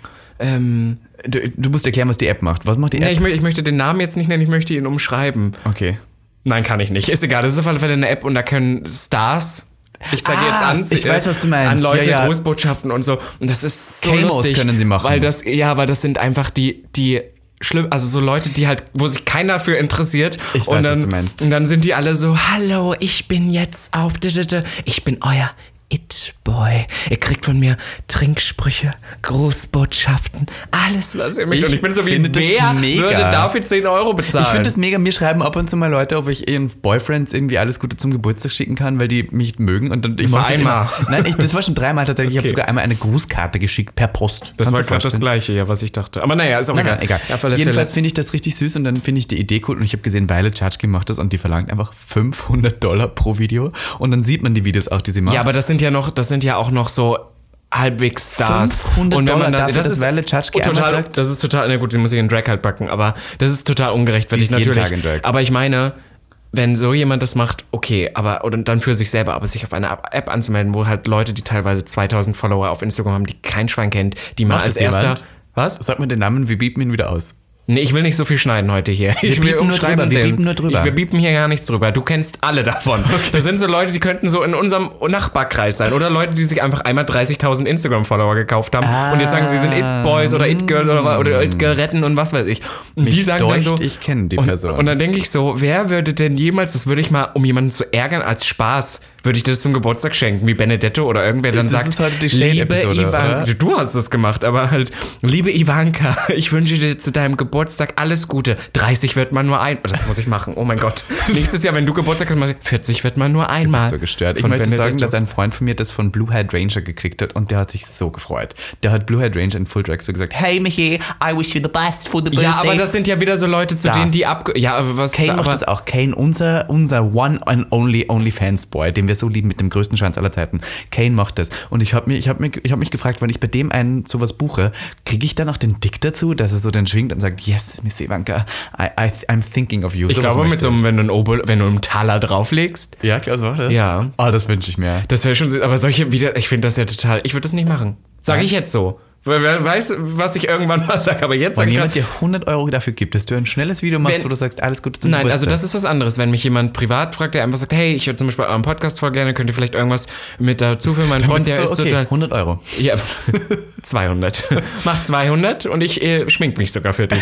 [SPEAKER 1] ähm,
[SPEAKER 2] du, du musst erklären, was die App macht. Was macht die App?
[SPEAKER 1] nee, ich, mö- ich möchte den Namen jetzt nicht nennen, ich möchte ihn umschreiben.
[SPEAKER 2] okay.
[SPEAKER 1] Nein, kann ich nicht. Ist egal, das ist auf alle Fälle eine App und da können Stars. Ich zeige dir jetzt
[SPEAKER 2] Ah,
[SPEAKER 1] an, äh,
[SPEAKER 2] ich weiß, was du meinst.
[SPEAKER 1] an Leute
[SPEAKER 2] Ja, ja.
[SPEAKER 1] Großbotschaften und so. Und das ist so
[SPEAKER 2] Camos
[SPEAKER 1] lustig,
[SPEAKER 2] können sie machen.
[SPEAKER 1] weil das ja, weil das sind einfach die die schlimm, also so Leute, die halt, wo sich keiner für interessiert.
[SPEAKER 2] Ich
[SPEAKER 1] und
[SPEAKER 2] weiß,
[SPEAKER 1] dann,
[SPEAKER 2] was du meinst.
[SPEAKER 1] Und dann sind die alle so, hallo, ich bin jetzt auf, d- d- d- ich bin euer It Boy. Ihr kriegt von mir Trinksprüche, Großbotschaften, alles was ihr möchtet.
[SPEAKER 2] Ich
[SPEAKER 1] Und ich bin so wie,
[SPEAKER 2] finde das
[SPEAKER 1] wer
[SPEAKER 2] mega.
[SPEAKER 1] würde dafür 10 Euro bezahlen?
[SPEAKER 2] Ich finde es mega, mir schreiben ab und zu mal Leute, ob ich ihren Boyfriends irgendwie alles Gute zum Geburtstag schicken kann, weil die mich mögen. Und dann, ich
[SPEAKER 1] war
[SPEAKER 2] mach das
[SPEAKER 1] einmal.
[SPEAKER 2] Immer, nein, ich, das war schon dreimal tatsächlich. Ich habe sogar einmal eine Grußkarte geschickt per Post.
[SPEAKER 1] Das
[SPEAKER 2] Kannst
[SPEAKER 1] war
[SPEAKER 2] du
[SPEAKER 1] gerade das
[SPEAKER 2] vorstellen?
[SPEAKER 1] Gleiche, ja, was ich dachte. Aber naja, ist auch
[SPEAKER 2] Nein,
[SPEAKER 1] egal.
[SPEAKER 2] nein, egal.
[SPEAKER 1] Auf alle
[SPEAKER 2] Jedenfalls
[SPEAKER 1] Fälle.
[SPEAKER 2] finde ich das richtig süß und dann finde ich die Idee cool. Und ich habe gesehen, Violet Charge macht das und die verlangt einfach 500 Dollar pro Video. Und dann sieht man die Videos auch, die sie macht.
[SPEAKER 1] Ja, aber das sind ja noch, das sind ja auch noch so halbwegs Stars.
[SPEAKER 2] 500 Dollar
[SPEAKER 1] da-
[SPEAKER 2] dafür, dass Violet Chachki einmal
[SPEAKER 1] total,
[SPEAKER 2] sagt-
[SPEAKER 1] das ist total, na gut, sie muss ihren Drag halt backen, aber das ist total ungerecht, weil
[SPEAKER 2] Die
[SPEAKER 1] ich
[SPEAKER 2] ist jeden
[SPEAKER 1] natürlich.
[SPEAKER 2] Tag in Drag.
[SPEAKER 1] Aber ich meine, wenn so jemand das macht, okay, aber oder dann für sich selber, aber sich auf eine App anzumelden, wo halt Leute, die teilweise 2000 Follower auf Instagram haben, die kein Schwein kennt, die mal
[SPEAKER 2] Macht
[SPEAKER 1] als
[SPEAKER 2] das jemand?
[SPEAKER 1] erster. Was?
[SPEAKER 2] Sag mir den Namen, wir bieten ihn wieder aus.
[SPEAKER 1] Nee, ich will nicht so viel schneiden heute hier. ich will
[SPEAKER 2] piepen nur
[SPEAKER 1] umschreiben
[SPEAKER 2] drüber, wir
[SPEAKER 1] den.
[SPEAKER 2] piepen nur drüber.
[SPEAKER 1] Ich, wir piepen hier gar nichts drüber. Du kennst alle davon. Das sind so Leute, die könnten so in unserem Nachbarkreis sein. Oder Leute, die sich einfach einmal 30.000 Instagram-Follower gekauft haben und jetzt sagen, sie sind It-Boys oder It-Girls oder, wa- oder It-Geretten und was weiß ich. Und die sagen dann so...
[SPEAKER 2] Ah. deucht, ich kenne die Person.
[SPEAKER 1] Und, und dann denke ich so, wer würde denn jemals, das würde ich mal, um jemanden zu ärgern, als Spaß, würde ich das zum Geburtstag schenken, wie Benedetto oder irgendwer dann
[SPEAKER 2] Ist-
[SPEAKER 1] sagt,
[SPEAKER 2] ist es heute die
[SPEAKER 1] liebe
[SPEAKER 2] Shade-Episode,
[SPEAKER 1] Ivan,
[SPEAKER 2] oder?
[SPEAKER 1] du hast es gemacht, aber halt, liebe Ivanka, ich wünsche dir zu deinem Geburtstag alles Gute. 30 wird man nur ein, das muss ich machen, oh mein Gott. Nächstes Jahr, wenn du Geburtstag hast, mach ich, 40 wird man nur einmal.
[SPEAKER 2] so gestört. Ich
[SPEAKER 1] Von
[SPEAKER 2] möchte sagen,
[SPEAKER 1] Benedetto.
[SPEAKER 2] dass ein Freund von mir das von Blue Head Ranger gekriegt hat und der hat sich so gefreut. Der hat Blue Head Ranger in Full Track so gesagt, hey Michi, I wish you the best for the
[SPEAKER 1] ja,
[SPEAKER 2] birthday.
[SPEAKER 1] aber das sind ja wieder so Leute, zu
[SPEAKER 2] Das.
[SPEAKER 1] denen die ab... Ja, aber was...
[SPEAKER 2] Kane
[SPEAKER 1] aber,
[SPEAKER 2] macht das auch. Kane, unser, unser one and only Onlyfans-Boy, den wir so lieben, mit dem größten Schwanz aller Zeiten. Kane macht das. Und ich habe mich, ich hab mich, ich hab mich gefragt, wenn ich bei dem einen sowas buche, kriege ich dann auch den Dick dazu, dass er so dann schwingt und sagt, yes, Miss Ivanka, I, I, I'm thinking of you.
[SPEAKER 1] ich glaube, mit so einem, wenn du einen, Obel, wenn du einen Taler drauflegst,
[SPEAKER 2] Ja, Klaus macht das?
[SPEAKER 1] Ja.
[SPEAKER 2] Oh, das wünsche ich mir.
[SPEAKER 1] Das wäre schon so, aber solche wieder, ich finde das ja total, ich würde das nicht machen. Sage ich jetzt so. Wer, wer weiß, was ich irgendwann mal sage, aber jetzt
[SPEAKER 2] Wenn
[SPEAKER 1] sage ich
[SPEAKER 2] jemand
[SPEAKER 1] grad,
[SPEAKER 2] dir 100 Euro dafür gibt, dass du ein schnelles Video machst,
[SPEAKER 1] Wenn-
[SPEAKER 2] wo du sagst, alles Gute zum
[SPEAKER 1] Nein, also
[SPEAKER 2] Geburtstag.
[SPEAKER 1] das ist was anderes, wenn mich jemand privat fragt, der einfach sagt, hey, ich höre zum Beispiel euren Podcast voll gerne, könnt ihr vielleicht irgendwas mit dazu für meinen Freund,
[SPEAKER 2] Dann
[SPEAKER 1] der
[SPEAKER 2] bist
[SPEAKER 1] ist
[SPEAKER 2] du, okay,
[SPEAKER 1] total...
[SPEAKER 2] 100 Euro.
[SPEAKER 1] Ja, 200. Mach 200 und ich äh, schmink mich sogar für dich.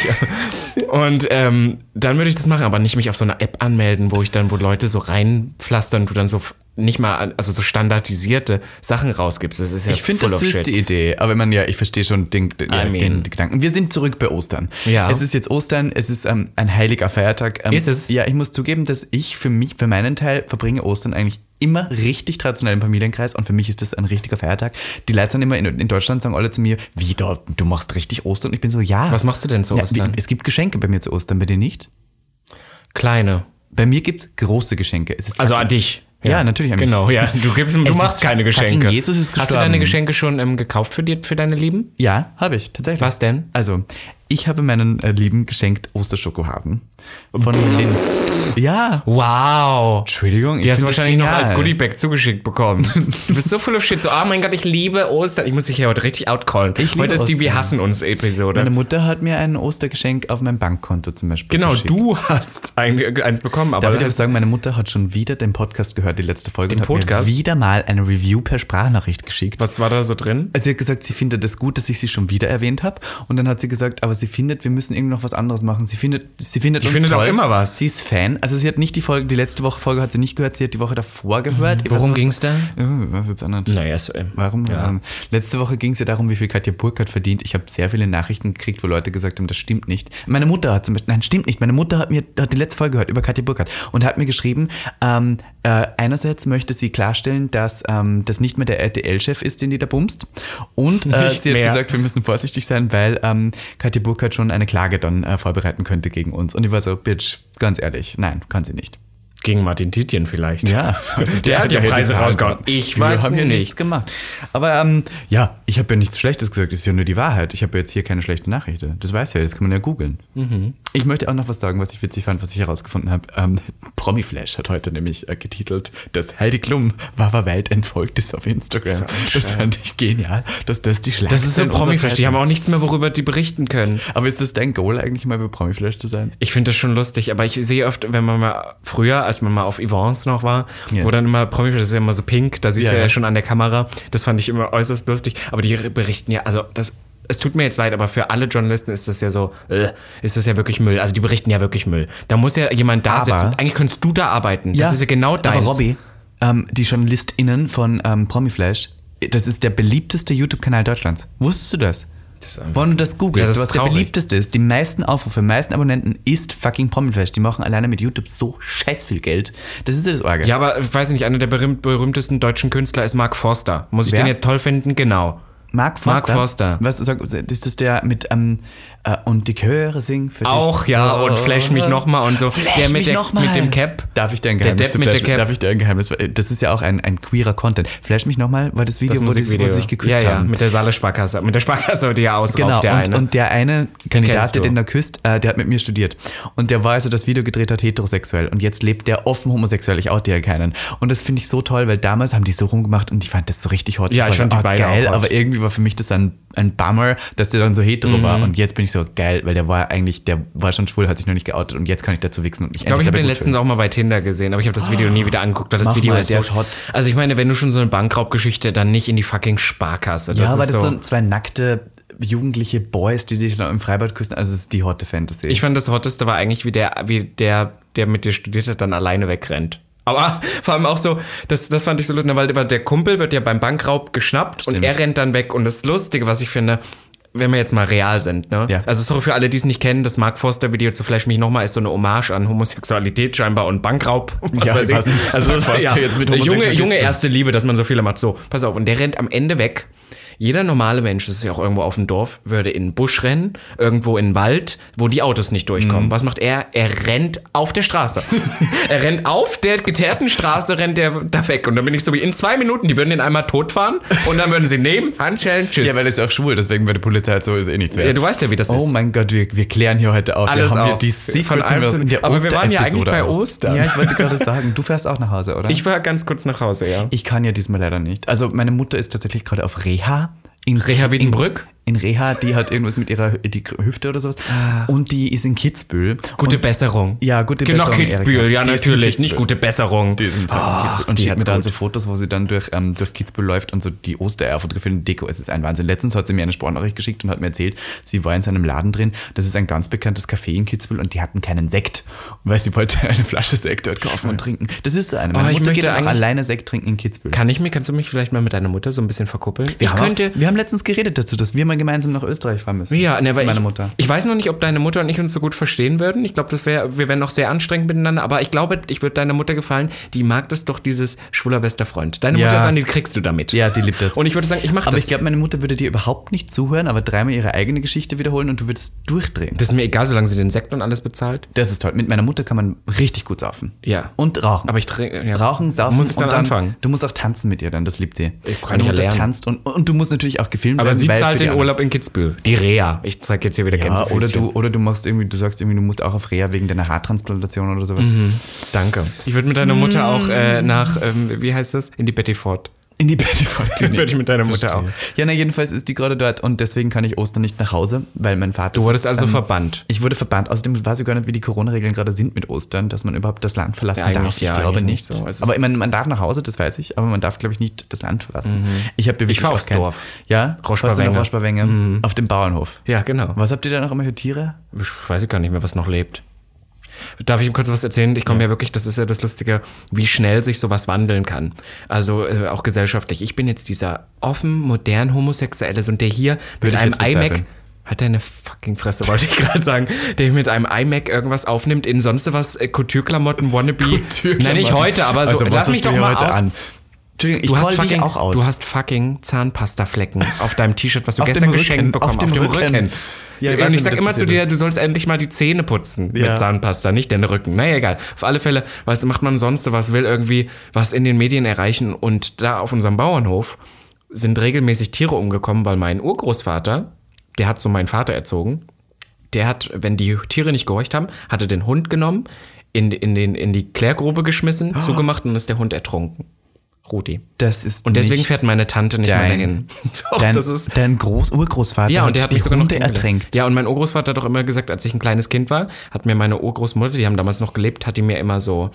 [SPEAKER 1] Und ähm, dann würde ich das machen, aber nicht mich auf so eine App anmelden, wo ich dann, wo Leute so reinpflastern, du dann so f- nicht mal, an- also so standardisierte Sachen rausgibst. Das ist ja
[SPEAKER 2] Ich finde
[SPEAKER 1] full
[SPEAKER 2] das
[SPEAKER 1] of
[SPEAKER 2] süß,
[SPEAKER 1] shit.
[SPEAKER 2] die Idee. Aber ich meine, ja, ich verstehe schon den, den, ja,
[SPEAKER 1] I mean.
[SPEAKER 2] den Gedanken. Wir sind zurück bei Ostern.
[SPEAKER 1] Ja.
[SPEAKER 2] Es ist jetzt Ostern, es ist ähm, ein heiliger Feiertag. Ähm,
[SPEAKER 1] Ist es?
[SPEAKER 2] Ja, ich muss zugeben, dass ich für mich, für meinen Teil, verbringe Ostern eigentlich immer richtig traditionell im Familienkreis und für mich ist das ein richtiger Feiertag. Die Leute sind immer in, in Deutschland, sagen alle zu mir, wie, da, du machst richtig Ostern? Und ich bin so, ja.
[SPEAKER 1] Was machst du denn zu
[SPEAKER 2] Ja,
[SPEAKER 1] Ostern?
[SPEAKER 2] die, es gibt Geschenke bei mir zu Ostern, bei dir nicht?
[SPEAKER 1] Kleine.
[SPEAKER 2] Bei mir gibt es große Geschenke. Es ist
[SPEAKER 1] Also an dich.
[SPEAKER 2] Ja, natürlich an mich.
[SPEAKER 1] Genau, ja. Du, gibst, du
[SPEAKER 2] Es
[SPEAKER 1] machst
[SPEAKER 2] ist-
[SPEAKER 1] keine Geschenke.
[SPEAKER 2] fucking Jesus ist
[SPEAKER 1] Hast du
[SPEAKER 2] gestorben.
[SPEAKER 1] deine Geschenke schon ähm, gekauft für, dir, für deine Lieben?
[SPEAKER 2] Ja, habe ich, tatsächlich.
[SPEAKER 1] Was denn?
[SPEAKER 2] Also, ich habe meinen äh, Lieben geschenkt Osterschokohasen von Lind. Ja.
[SPEAKER 1] Wow.
[SPEAKER 2] Entschuldigung.
[SPEAKER 1] Die hast du wahrscheinlich noch als
[SPEAKER 2] ne?
[SPEAKER 1] Goodiebag zugeschickt bekommen. Du bist so full of shit. So, oh mein Gott, ich liebe Ostern. Ich muss dich ja heute richtig outcallen.
[SPEAKER 2] Ich liebe
[SPEAKER 1] heute ist die Wir
[SPEAKER 2] Ostern.
[SPEAKER 1] hassen uns Episode.
[SPEAKER 2] Meine Mutter hat mir ein Ostergeschenk auf meinem Bankkonto zum Beispiel
[SPEAKER 1] genau,
[SPEAKER 2] geschickt.
[SPEAKER 1] du hast ein, eins bekommen, aber
[SPEAKER 2] Darf ich dir was sagen, meine Mutter hat schon wieder den Podcast gehört, die letzte Folge. Den und
[SPEAKER 1] Podcast?
[SPEAKER 2] Hat mir wieder mal eine Review per Sprachnachricht geschickt.
[SPEAKER 1] was war da so drin?
[SPEAKER 2] Also sie hat gesagt, sie findet es gut, dass ich sie schon wieder erwähnt habe. Und dann hat sie gesagt, aber sie findet, wir müssen irgendwie noch was anderes machen. Sie findet, sie findet, sie
[SPEAKER 1] findet auch immer was.
[SPEAKER 2] Sie ist Fan. Also sie hat nicht die Folge, die letzte Woche Folge hat sie nicht gehört. Sie hat die Woche davor gehört. Ich weiß
[SPEAKER 1] Mhm. Worum
[SPEAKER 2] nicht,
[SPEAKER 1] ging's
[SPEAKER 2] was-
[SPEAKER 1] da?
[SPEAKER 2] Äh, Was jetzt anders?
[SPEAKER 1] Naja, so, ähm,
[SPEAKER 2] Warum? Ähm, Letzte Woche ging es ja darum, wie viel Katja Burkhardt verdient. Ich habe sehr viele Nachrichten gekriegt, wo Leute gesagt haben, das stimmt nicht. Meine Mutter hat zum Beispiel, nein, stimmt nicht. Meine Mutter hat mir hat die letzte Folge gehört über Katja Burkhardt und hat mir geschrieben, ähm, äh, einerseits möchte sie klarstellen, dass ähm, das nicht mehr der RTL-Chef ist, den die da bumst. Und äh,
[SPEAKER 1] Nicht
[SPEAKER 2] sie hat
[SPEAKER 1] mehr.
[SPEAKER 2] gesagt, wir müssen vorsichtig sein, weil ähm, Katja Burkhardt schon eine Klage dann äh, vorbereiten könnte gegen uns. Und ich war so, Bitch, ganz ehrlich, nein, kann sie nicht.
[SPEAKER 1] Gegen Martin Titien vielleicht.
[SPEAKER 2] Ja,
[SPEAKER 1] der, hat ja Preise rausgehauen. Ich
[SPEAKER 2] Wir
[SPEAKER 1] weiß
[SPEAKER 2] haben hier
[SPEAKER 1] nicht.
[SPEAKER 2] nichts gemacht. Aber ähm, ja, ich habe ja nichts Schlechtes gesagt. Das ist ja nur die Wahrheit. Ich habe jetzt hier keine schlechte Nachricht. Das weiß ja, das kann man ja googeln.
[SPEAKER 1] Mhm.
[SPEAKER 2] Ich möchte auch noch was sagen, was ich witzig fand, was ich herausgefunden habe. Ähm, Promiflash hat heute nämlich äh, getitelt, dass Heidi Klum Wawa Welt entfolgt ist auf Instagram. das fand ich genial, dass das die Schlagzeile
[SPEAKER 1] Das ist so
[SPEAKER 2] unserer
[SPEAKER 1] Promiflash.
[SPEAKER 2] Zeit
[SPEAKER 1] Die haben auch nichts mehr, worüber die berichten können.
[SPEAKER 2] ist. Aber ist das dein Goal eigentlich mal bei Promiflash zu sein?
[SPEAKER 1] Ich finde das schon lustig, aber ich sehe oft, wenn man mal früher, als man mal auf Yvonne's noch war,
[SPEAKER 2] Ja.
[SPEAKER 1] wo dann immer Promi, das ist ja immer so pink, da siehst
[SPEAKER 2] Ja,
[SPEAKER 1] du ja,
[SPEAKER 2] ja.
[SPEAKER 1] schon an der Kamera. Das fand ich immer äußerst lustig. Aber die berichten ja, also das, es tut mir jetzt leid, aber für alle Journalisten ist das ja so, äh, ist das ja wirklich Müll. Also die berichten ja wirklich Müll. Da muss ja jemand da
[SPEAKER 2] Aber-
[SPEAKER 1] sitzen. Eigentlich könntest du da arbeiten. Das ist ja genau deins.
[SPEAKER 2] Aber Robby, ähm, die JournalistInnen von ähm, Promiflash, das ist der beliebteste YouTube-Kanal Deutschlands. Wusstest du das?
[SPEAKER 1] Das ist einfach
[SPEAKER 2] Wenn du das googelst,
[SPEAKER 1] Ja, das ist
[SPEAKER 2] was der
[SPEAKER 1] traurig.
[SPEAKER 2] beliebteste ist, die meisten Aufrufe, die meisten Abonnenten ist fucking Promiflash. Die machen alleine mit YouTube so scheiß viel Geld. Das ist ja das Orgel.
[SPEAKER 1] Ja, aber ich weiß nicht, einer der berühmt, berühmtesten deutschen Künstler ist Mark Forster. Muss ich
[SPEAKER 2] Wer?
[SPEAKER 1] den jetzt toll finden? Genau.
[SPEAKER 2] Mark Forster.
[SPEAKER 1] Mark Forster.
[SPEAKER 2] Was, sag, ist das der mit ähm, äh, und die Chöre singen für dich? Oh.
[SPEAKER 1] Auch, ja, und Flash mich nochmal und so.
[SPEAKER 2] Flash
[SPEAKER 1] der mit,
[SPEAKER 2] mich
[SPEAKER 1] der,
[SPEAKER 2] noch mal.
[SPEAKER 1] mit dem Cap.
[SPEAKER 2] Darf ich dir ein
[SPEAKER 1] Der
[SPEAKER 2] Geheimnis
[SPEAKER 1] Depp
[SPEAKER 2] zu
[SPEAKER 1] mit der
[SPEAKER 2] Flash-
[SPEAKER 1] Cap.
[SPEAKER 2] Darf ich dir ein Geheimnis? Das ist ja auch ein, ein queerer Content. Flash mich nochmal, war das Video,
[SPEAKER 1] Das
[SPEAKER 2] wo, die, wo
[SPEAKER 1] Musikvideo.
[SPEAKER 2] sie sich geküsst
[SPEAKER 1] ja, ja,
[SPEAKER 2] haben.
[SPEAKER 1] mit der Saale Sparkasse. Mit der Sparkasse, die ja ausraubt,
[SPEAKER 2] Genau,
[SPEAKER 1] der
[SPEAKER 2] und,
[SPEAKER 1] eine.
[SPEAKER 2] und der eine Kandidat,
[SPEAKER 1] kennst
[SPEAKER 2] der
[SPEAKER 1] du.
[SPEAKER 2] den da küsst, äh, der hat mit mir studiert. Und der war, als er das Video gedreht hat, heterosexuell. Und jetzt lebt der offen homosexuell. Ich oute ja keinen. Und das finde ich so toll, weil damals haben die so rumgemacht und ich fand das so richtig hot.
[SPEAKER 1] Ja, ich fand die
[SPEAKER 2] ah,
[SPEAKER 1] beide
[SPEAKER 2] geil,
[SPEAKER 1] auch hot.
[SPEAKER 2] aber irgendwie war für mich das ein, ein Bummer, dass der dann so hetero
[SPEAKER 1] Mhm.
[SPEAKER 2] war. Und jetzt bin ich so geil, weil der war eigentlich, der war schon schwul, hat sich noch nicht geoutet. Und jetzt kann ich dazu wichsen und mich
[SPEAKER 1] ich glaube, ich habe den letztens auch mal bei Tinder gesehen, aber ich habe das Video nie wieder angeguckt, weil das
[SPEAKER 2] Ah. Mach
[SPEAKER 1] Video
[SPEAKER 2] mal,
[SPEAKER 1] ist
[SPEAKER 2] der
[SPEAKER 1] so
[SPEAKER 2] ist hot.
[SPEAKER 1] Also ich meine, wenn du schon so eine Bankraubgeschichte, dann nicht in die fucking Sparkasse. Das
[SPEAKER 2] Ja, aber
[SPEAKER 1] ist
[SPEAKER 2] das
[SPEAKER 1] so.
[SPEAKER 2] sind zwei nackte jugendliche Boys, die sich dann im Freibad küssen. Also es ist die hotte Fantasy.
[SPEAKER 1] Ich fand das Hotteste war eigentlich, wie der, wie der, der mit dir studiert hat, dann alleine wegrennt. Aber vor allem auch so, das, das fand ich so lustig, weil weil der Kumpel wird ja beim Bankraub geschnappt und
[SPEAKER 2] Stimmt.
[SPEAKER 1] er rennt dann weg. Und das Lustige, was ich finde, wenn wir jetzt mal real sind, ne?
[SPEAKER 2] Ja.
[SPEAKER 1] Also sorry für alle, die es nicht kennen, das Mark Forster-Video zu Flash mich nochmal ist so eine Hommage an Homosexualität scheinbar und Bankraub. Was
[SPEAKER 2] Ja, ich weiß nicht, was
[SPEAKER 1] Also
[SPEAKER 2] Mark
[SPEAKER 1] das war
[SPEAKER 2] Forster
[SPEAKER 1] ja,
[SPEAKER 2] jetzt mit
[SPEAKER 1] junge,
[SPEAKER 2] Homosexualität
[SPEAKER 1] junge
[SPEAKER 2] zu tun
[SPEAKER 1] erste Liebe, dass man so viele macht. So, pass auf. Und der rennt am Ende weg. Jeder normale Mensch, das ist ja auch irgendwo auf dem Dorf, würde in den Busch rennen, irgendwo in den Wald, wo die Autos nicht
[SPEAKER 2] Mhm.
[SPEAKER 1] durchkommen. Was macht er? Er rennt auf der Straße. er rennt auf der geteerten Straße, rennt er da weg. Und dann bin ich so wie in zwei Minuten, die würden den einmal totfahren und dann würden sie nehmen, Handschellen, tschüss.
[SPEAKER 2] ja, weil das ist auch schwul, deswegen bei der Polizei halt so ist eh nichts wert.
[SPEAKER 1] Ja, du weißt ja, wie das
[SPEAKER 2] Oh
[SPEAKER 1] ist.
[SPEAKER 2] mein Gott, wir, wir klären hier heute auf.
[SPEAKER 1] Alles
[SPEAKER 2] wir haben
[SPEAKER 1] auf.
[SPEAKER 2] hier die
[SPEAKER 1] Von
[SPEAKER 2] Secrets
[SPEAKER 1] allem
[SPEAKER 2] haben wir
[SPEAKER 1] zu-
[SPEAKER 2] in der
[SPEAKER 1] aber wir waren ja eigentlich
[SPEAKER 2] Osterepisode
[SPEAKER 1] bei
[SPEAKER 2] auch.
[SPEAKER 1] Ostern.
[SPEAKER 2] Ja, ich wollte gerade sagen, du fährst auch nach Hause, oder?
[SPEAKER 1] Ich war ganz kurz nach Hause, ja.
[SPEAKER 2] Ich kann ja diesmal leider nicht. Also meine Mutter ist tatsächlich gerade auf Reha. In
[SPEAKER 1] Reha Wiedenbrück?
[SPEAKER 2] In, in Reha, die hat irgendwas mit ihrer Hü- die Hüfte oder sowas. Und die ist in Kitzbühel.
[SPEAKER 1] Gute
[SPEAKER 2] und,
[SPEAKER 1] Besserung.
[SPEAKER 2] Ja, gute
[SPEAKER 1] Genau,
[SPEAKER 2] Besserung,
[SPEAKER 1] Kitzbühel,
[SPEAKER 2] Erika.
[SPEAKER 1] ja,
[SPEAKER 2] Die ist in
[SPEAKER 1] natürlich.
[SPEAKER 2] Kitzbühel.
[SPEAKER 1] Nicht gute Besserung.
[SPEAKER 2] Die ist in fucking Kitzbühel. Und
[SPEAKER 1] die
[SPEAKER 2] schickt
[SPEAKER 1] hat's
[SPEAKER 2] mir dann
[SPEAKER 1] gut.
[SPEAKER 2] so Fotos, wo sie dann durch, ähm, durch Kitzbühel läuft und so die Ostereier fotografiert und Deko. Es ist ein Wahnsinn. Letztens hat sie mir eine Sportnachricht geschickt und hat mir erzählt, sie war in seinem Laden drin. Das ist ein ganz bekanntes Café in Kitzbühel und die hatten keinen Sekt. Weil sie wollte eine Flasche Sekt dort kaufen und trinken. Das ist so eine. Meine
[SPEAKER 1] Oh, ich
[SPEAKER 2] Mutter geht
[SPEAKER 1] möchte
[SPEAKER 2] dann auch
[SPEAKER 1] eigentlich-
[SPEAKER 2] alleine Sekt trinken in Kitzbühel.
[SPEAKER 1] Kann ich mir, kannst du mich vielleicht mal mit deiner Mutter so ein bisschen verkuppeln?
[SPEAKER 2] wir, haben auch, wir haben letztens geredet dazu, dass wir mal gemeinsam nach Österreich fahren müssen.
[SPEAKER 1] Ja, ne,
[SPEAKER 2] Zu
[SPEAKER 1] aber
[SPEAKER 2] meiner
[SPEAKER 1] ich,
[SPEAKER 2] Mutter.
[SPEAKER 1] ich weiß noch nicht, ob deine Mutter und ich uns so gut verstehen würden. Ich glaube, das wär, wir wären noch sehr anstrengend miteinander. Aber ich glaube, ich würde deiner Mutter gefallen. Die mag das doch, dieses schwuler bester Freund. Deine
[SPEAKER 2] Ja.
[SPEAKER 1] Mutter ist an, die kriegst du damit.
[SPEAKER 2] Ja, die liebt das.
[SPEAKER 1] Und ich würde sagen, ich mache
[SPEAKER 2] aber
[SPEAKER 1] das.
[SPEAKER 2] ich glaube, meine Mutter würde dir überhaupt nicht zuhören, aber dreimal ihre eigene Geschichte wiederholen und du würdest durchdrehen.
[SPEAKER 1] das ist mir egal, solange sie den Sekt und alles bezahlt.
[SPEAKER 2] Das ist toll. Mit meiner Mutter kann man richtig gut saufen.
[SPEAKER 1] Ja.
[SPEAKER 2] Und rauchen.
[SPEAKER 1] Aber ich trinke. Ja.
[SPEAKER 2] Rauchen, saufen
[SPEAKER 1] Muss ich dann,
[SPEAKER 2] und
[SPEAKER 1] anfangen.
[SPEAKER 2] Du musst auch tanzen mit ihr dann, das liebt sie.
[SPEAKER 1] Ich kann
[SPEAKER 2] Meine
[SPEAKER 1] ja
[SPEAKER 2] Mutter
[SPEAKER 1] lernen.
[SPEAKER 2] tanzt und, und du musst natürlich auch gefilmt
[SPEAKER 1] Aber
[SPEAKER 2] werden.
[SPEAKER 1] sie
[SPEAKER 2] weil für
[SPEAKER 1] zahlt
[SPEAKER 2] die
[SPEAKER 1] den
[SPEAKER 2] anderen-
[SPEAKER 1] Urlaub in Kitzbühel. Die Rea. Ich zeige jetzt hier wieder
[SPEAKER 2] Ja, oder,
[SPEAKER 1] Gänsefüßchen.
[SPEAKER 2] du, oder du machst irgendwie, du sagst irgendwie, du musst auch auf Reha wegen deiner Haartransplantation oder
[SPEAKER 1] Mhm.
[SPEAKER 2] sowas.
[SPEAKER 1] Danke. Ich würde mit deiner Mutter auch äh, nach, ähm, wie heißt das? In die Betty Ford.
[SPEAKER 2] In die Betty
[SPEAKER 1] Würde ich mit deiner Mutter auch.
[SPEAKER 2] Ja, na jedenfalls ist die gerade dort und deswegen kann ich Ostern nicht nach Hause, weil mein Vater. Du
[SPEAKER 1] wurdest also verbannt.
[SPEAKER 2] Ich wurde verbannt. Außerdem weiß ich gar nicht, wie die Corona-Regeln gerade sind mit Ostern, dass man überhaupt das Land verlassen
[SPEAKER 1] Ja, eigentlich
[SPEAKER 2] darf. Ich
[SPEAKER 1] ja,
[SPEAKER 2] glaube
[SPEAKER 1] eigentlich
[SPEAKER 2] nicht.
[SPEAKER 1] nicht so. Es ist-
[SPEAKER 2] Aber ich meine, man darf nach Hause, das weiß ich, aber man darf, glaube ich, nicht das Land verlassen. Ich habe
[SPEAKER 1] Mhm. fahr aufs Dorf. Mhm.
[SPEAKER 2] Ja?
[SPEAKER 1] Roschbarwenge.
[SPEAKER 2] Roschbarwenge. Auf dem Bauernhof.
[SPEAKER 1] Ja, genau.
[SPEAKER 2] Was habt ihr da noch immer für Tiere?
[SPEAKER 1] ich weiß gar nicht mehr, was noch lebt. Darf ich ihm kurz was erzählen? Ich komme ja. wirklich, das ist ja das Lustige, wie schnell sich sowas wandeln kann. Also äh, auch gesellschaftlich. Ich bin jetzt dieser offen, modern Homosexuelle, so und der hier mit
[SPEAKER 2] ich
[SPEAKER 1] einem
[SPEAKER 2] jetzt bezweifeln.
[SPEAKER 1] iMac. Hat deine fucking Fresse, wollte ich gerade sagen, der mit einem iMac irgendwas aufnimmt in sonst was äh, Couture-Klamotten, Wannabe. Nein, nicht heute, aber so.
[SPEAKER 2] Also, was
[SPEAKER 1] lass
[SPEAKER 2] hast
[SPEAKER 1] mich
[SPEAKER 2] du
[SPEAKER 1] doch
[SPEAKER 2] hier
[SPEAKER 1] mal
[SPEAKER 2] heute
[SPEAKER 1] aus.
[SPEAKER 2] an? Entschuldigung, ich
[SPEAKER 1] Du hast,
[SPEAKER 2] call dich
[SPEAKER 1] fucking,
[SPEAKER 2] auch out.
[SPEAKER 1] du hast fucking Zahnpastaflecken auf deinem T-Shirt, was du
[SPEAKER 2] Auf
[SPEAKER 1] gestern
[SPEAKER 2] dem Rücken,
[SPEAKER 1] geschenkt
[SPEAKER 2] auf
[SPEAKER 1] bekommen
[SPEAKER 2] dem
[SPEAKER 1] auf dem Rücken.
[SPEAKER 2] Rücken. Ja, ich weiß
[SPEAKER 1] und
[SPEAKER 2] nicht,
[SPEAKER 1] ich
[SPEAKER 2] wie
[SPEAKER 1] sag
[SPEAKER 2] das
[SPEAKER 1] immer zu
[SPEAKER 2] passiert
[SPEAKER 1] dir, du sollst endlich mal die Zähne putzen
[SPEAKER 2] Ja.
[SPEAKER 1] mit Zahnpasta, nicht den Rücken. Naja, egal. Auf alle Fälle, weißt du, macht man sonst so was, will irgendwie was in den Medien erreichen. Und da auf unserem Bauernhof sind regelmäßig Tiere umgekommen, weil mein Urgroßvater, der hat so meinen Vater erzogen, der hat, wenn die Tiere nicht gehorcht haben, hat er den Hund genommen, in, in, den, in die Klärgrube geschmissen,
[SPEAKER 2] Oh.
[SPEAKER 1] zugemacht und ist der Hund ertrunken. Rudi.
[SPEAKER 2] Das ist
[SPEAKER 1] Und deswegen
[SPEAKER 2] nicht
[SPEAKER 1] fährt meine Tante nicht
[SPEAKER 2] dein-
[SPEAKER 1] mehr hin. Doch,
[SPEAKER 2] dein,
[SPEAKER 1] das ist.
[SPEAKER 2] dein Groß Urgroßvater
[SPEAKER 1] Ja, und der hat
[SPEAKER 2] die
[SPEAKER 1] mich sogar
[SPEAKER 2] Hunde
[SPEAKER 1] noch kennengelernt.
[SPEAKER 2] ertränkt.
[SPEAKER 1] Ja, und mein Urgroßvater hat doch immer gesagt, als ich ein kleines Kind war, hat mir meine Urgroßmutter, die haben damals noch gelebt, hat die mir immer so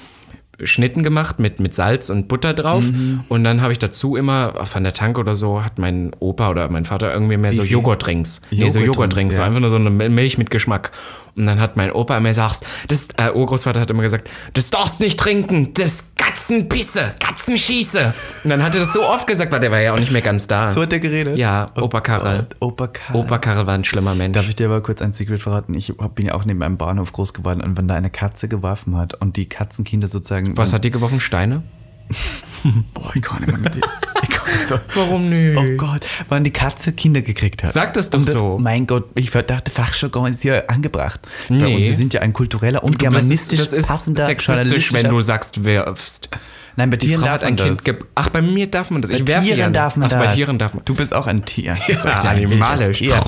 [SPEAKER 1] Schnitten gemacht mit, mit Salz und Butter drauf.
[SPEAKER 2] Mhm.
[SPEAKER 1] Und dann habe ich dazu immer von der Tanke oder so, hat mein Opa oder mein Vater irgendwie mehr so
[SPEAKER 2] viel?
[SPEAKER 1] Joghurtdrinks. Nee, so
[SPEAKER 2] Joghurtdrinks,
[SPEAKER 1] Joghurtdrinks, so
[SPEAKER 2] ja.
[SPEAKER 1] einfach nur so eine Mil- Milch mit Geschmack. Und dann hat mein Opa immer gesagt, das, äh, Urgroßvater hat immer gesagt, das darfst nicht trinken, das Katzenpisse, Katzenschieße. Und dann hat er das so oft gesagt, weil der war ja auch nicht mehr ganz da.
[SPEAKER 2] So hat der geredet?
[SPEAKER 1] Ja,
[SPEAKER 2] Oh
[SPEAKER 1] Opa Karl.
[SPEAKER 2] Gott, Opa Karl.
[SPEAKER 1] Opa Karl war ein schlimmer Mensch.
[SPEAKER 2] Darf ich dir aber kurz ein Secret verraten? Ich hab- bin ja auch neben einem Bahnhof groß geworden und wenn da eine Katze geworfen hat und die Katzenkinder sozusagen.
[SPEAKER 1] Was hat die geworfen? Steine?
[SPEAKER 2] Boah, ich kann nicht mehr mit dir. Ich kann nicht so.
[SPEAKER 1] Warum nicht?
[SPEAKER 2] Oh Gott, wann die Katze Kinder gekriegt hat.
[SPEAKER 1] Sag das doch
[SPEAKER 2] Und
[SPEAKER 1] so.
[SPEAKER 2] Mein Gott, ich dachte, Fachjargon ist hier angebracht. Bei
[SPEAKER 1] Nee.
[SPEAKER 2] uns, wir sind ja ein kultureller und
[SPEAKER 1] Das ist,
[SPEAKER 2] germanistisch
[SPEAKER 1] das ist
[SPEAKER 2] passender
[SPEAKER 1] sexistisch, wenn
[SPEAKER 2] journalistischer-
[SPEAKER 1] du sagst, werfst.
[SPEAKER 2] Nein, bei
[SPEAKER 1] Die
[SPEAKER 2] Tieren
[SPEAKER 1] Frau
[SPEAKER 2] darf
[SPEAKER 1] hat ein
[SPEAKER 2] man
[SPEAKER 1] Kind
[SPEAKER 2] das.
[SPEAKER 1] ge- Ach, bei mir darf man das.
[SPEAKER 2] Bei
[SPEAKER 1] ich werfe
[SPEAKER 2] Tieren
[SPEAKER 1] gerne.
[SPEAKER 2] darf man
[SPEAKER 1] Ach,
[SPEAKER 2] das.
[SPEAKER 1] bei Tieren darf man.
[SPEAKER 2] Du bist auch ein Tier. Jetzt sag ich dir, ein wildes
[SPEAKER 1] animalisch.
[SPEAKER 2] Tier.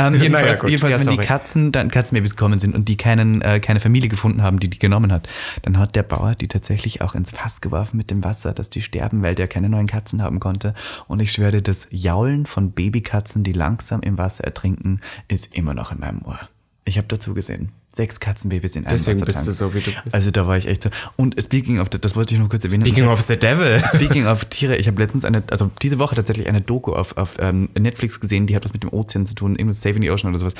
[SPEAKER 2] Ähm, jedenfalls,
[SPEAKER 1] Naja, gut.
[SPEAKER 2] jedenfalls
[SPEAKER 1] Ja,
[SPEAKER 2] wenn die
[SPEAKER 1] sorry.
[SPEAKER 2] Katzen, dann Katzenbabys gekommen sind und die keinen, äh, keine Familie gefunden haben, die die genommen hat, dann hat der Bauer die tatsächlich auch ins Fass geworfen mit dem Wasser, dass die sterben, weil der keine neuen Katzen haben konnte. Und ich schwöre dir, das Jaulen von Babykatzen, die langsam im Wasser ertrinken, ist immer noch in meinem Ohr. Ich habe dazu gesehen. Sechs Katzenbabys in einem
[SPEAKER 1] Deswegen bist
[SPEAKER 2] Wassertank.
[SPEAKER 1] du so, wie du bist.
[SPEAKER 2] Also da war ich echt so. Und speaking of, das wollte ich noch kurz erwähnen.
[SPEAKER 1] Speaking of the devil.
[SPEAKER 2] Speaking of Tiere, ich habe letztens eine, also diese Woche tatsächlich eine Doku auf, auf ähm, Netflix gesehen, die hat was mit dem Ozean zu tun, irgendwas Saving the Ocean oder sowas.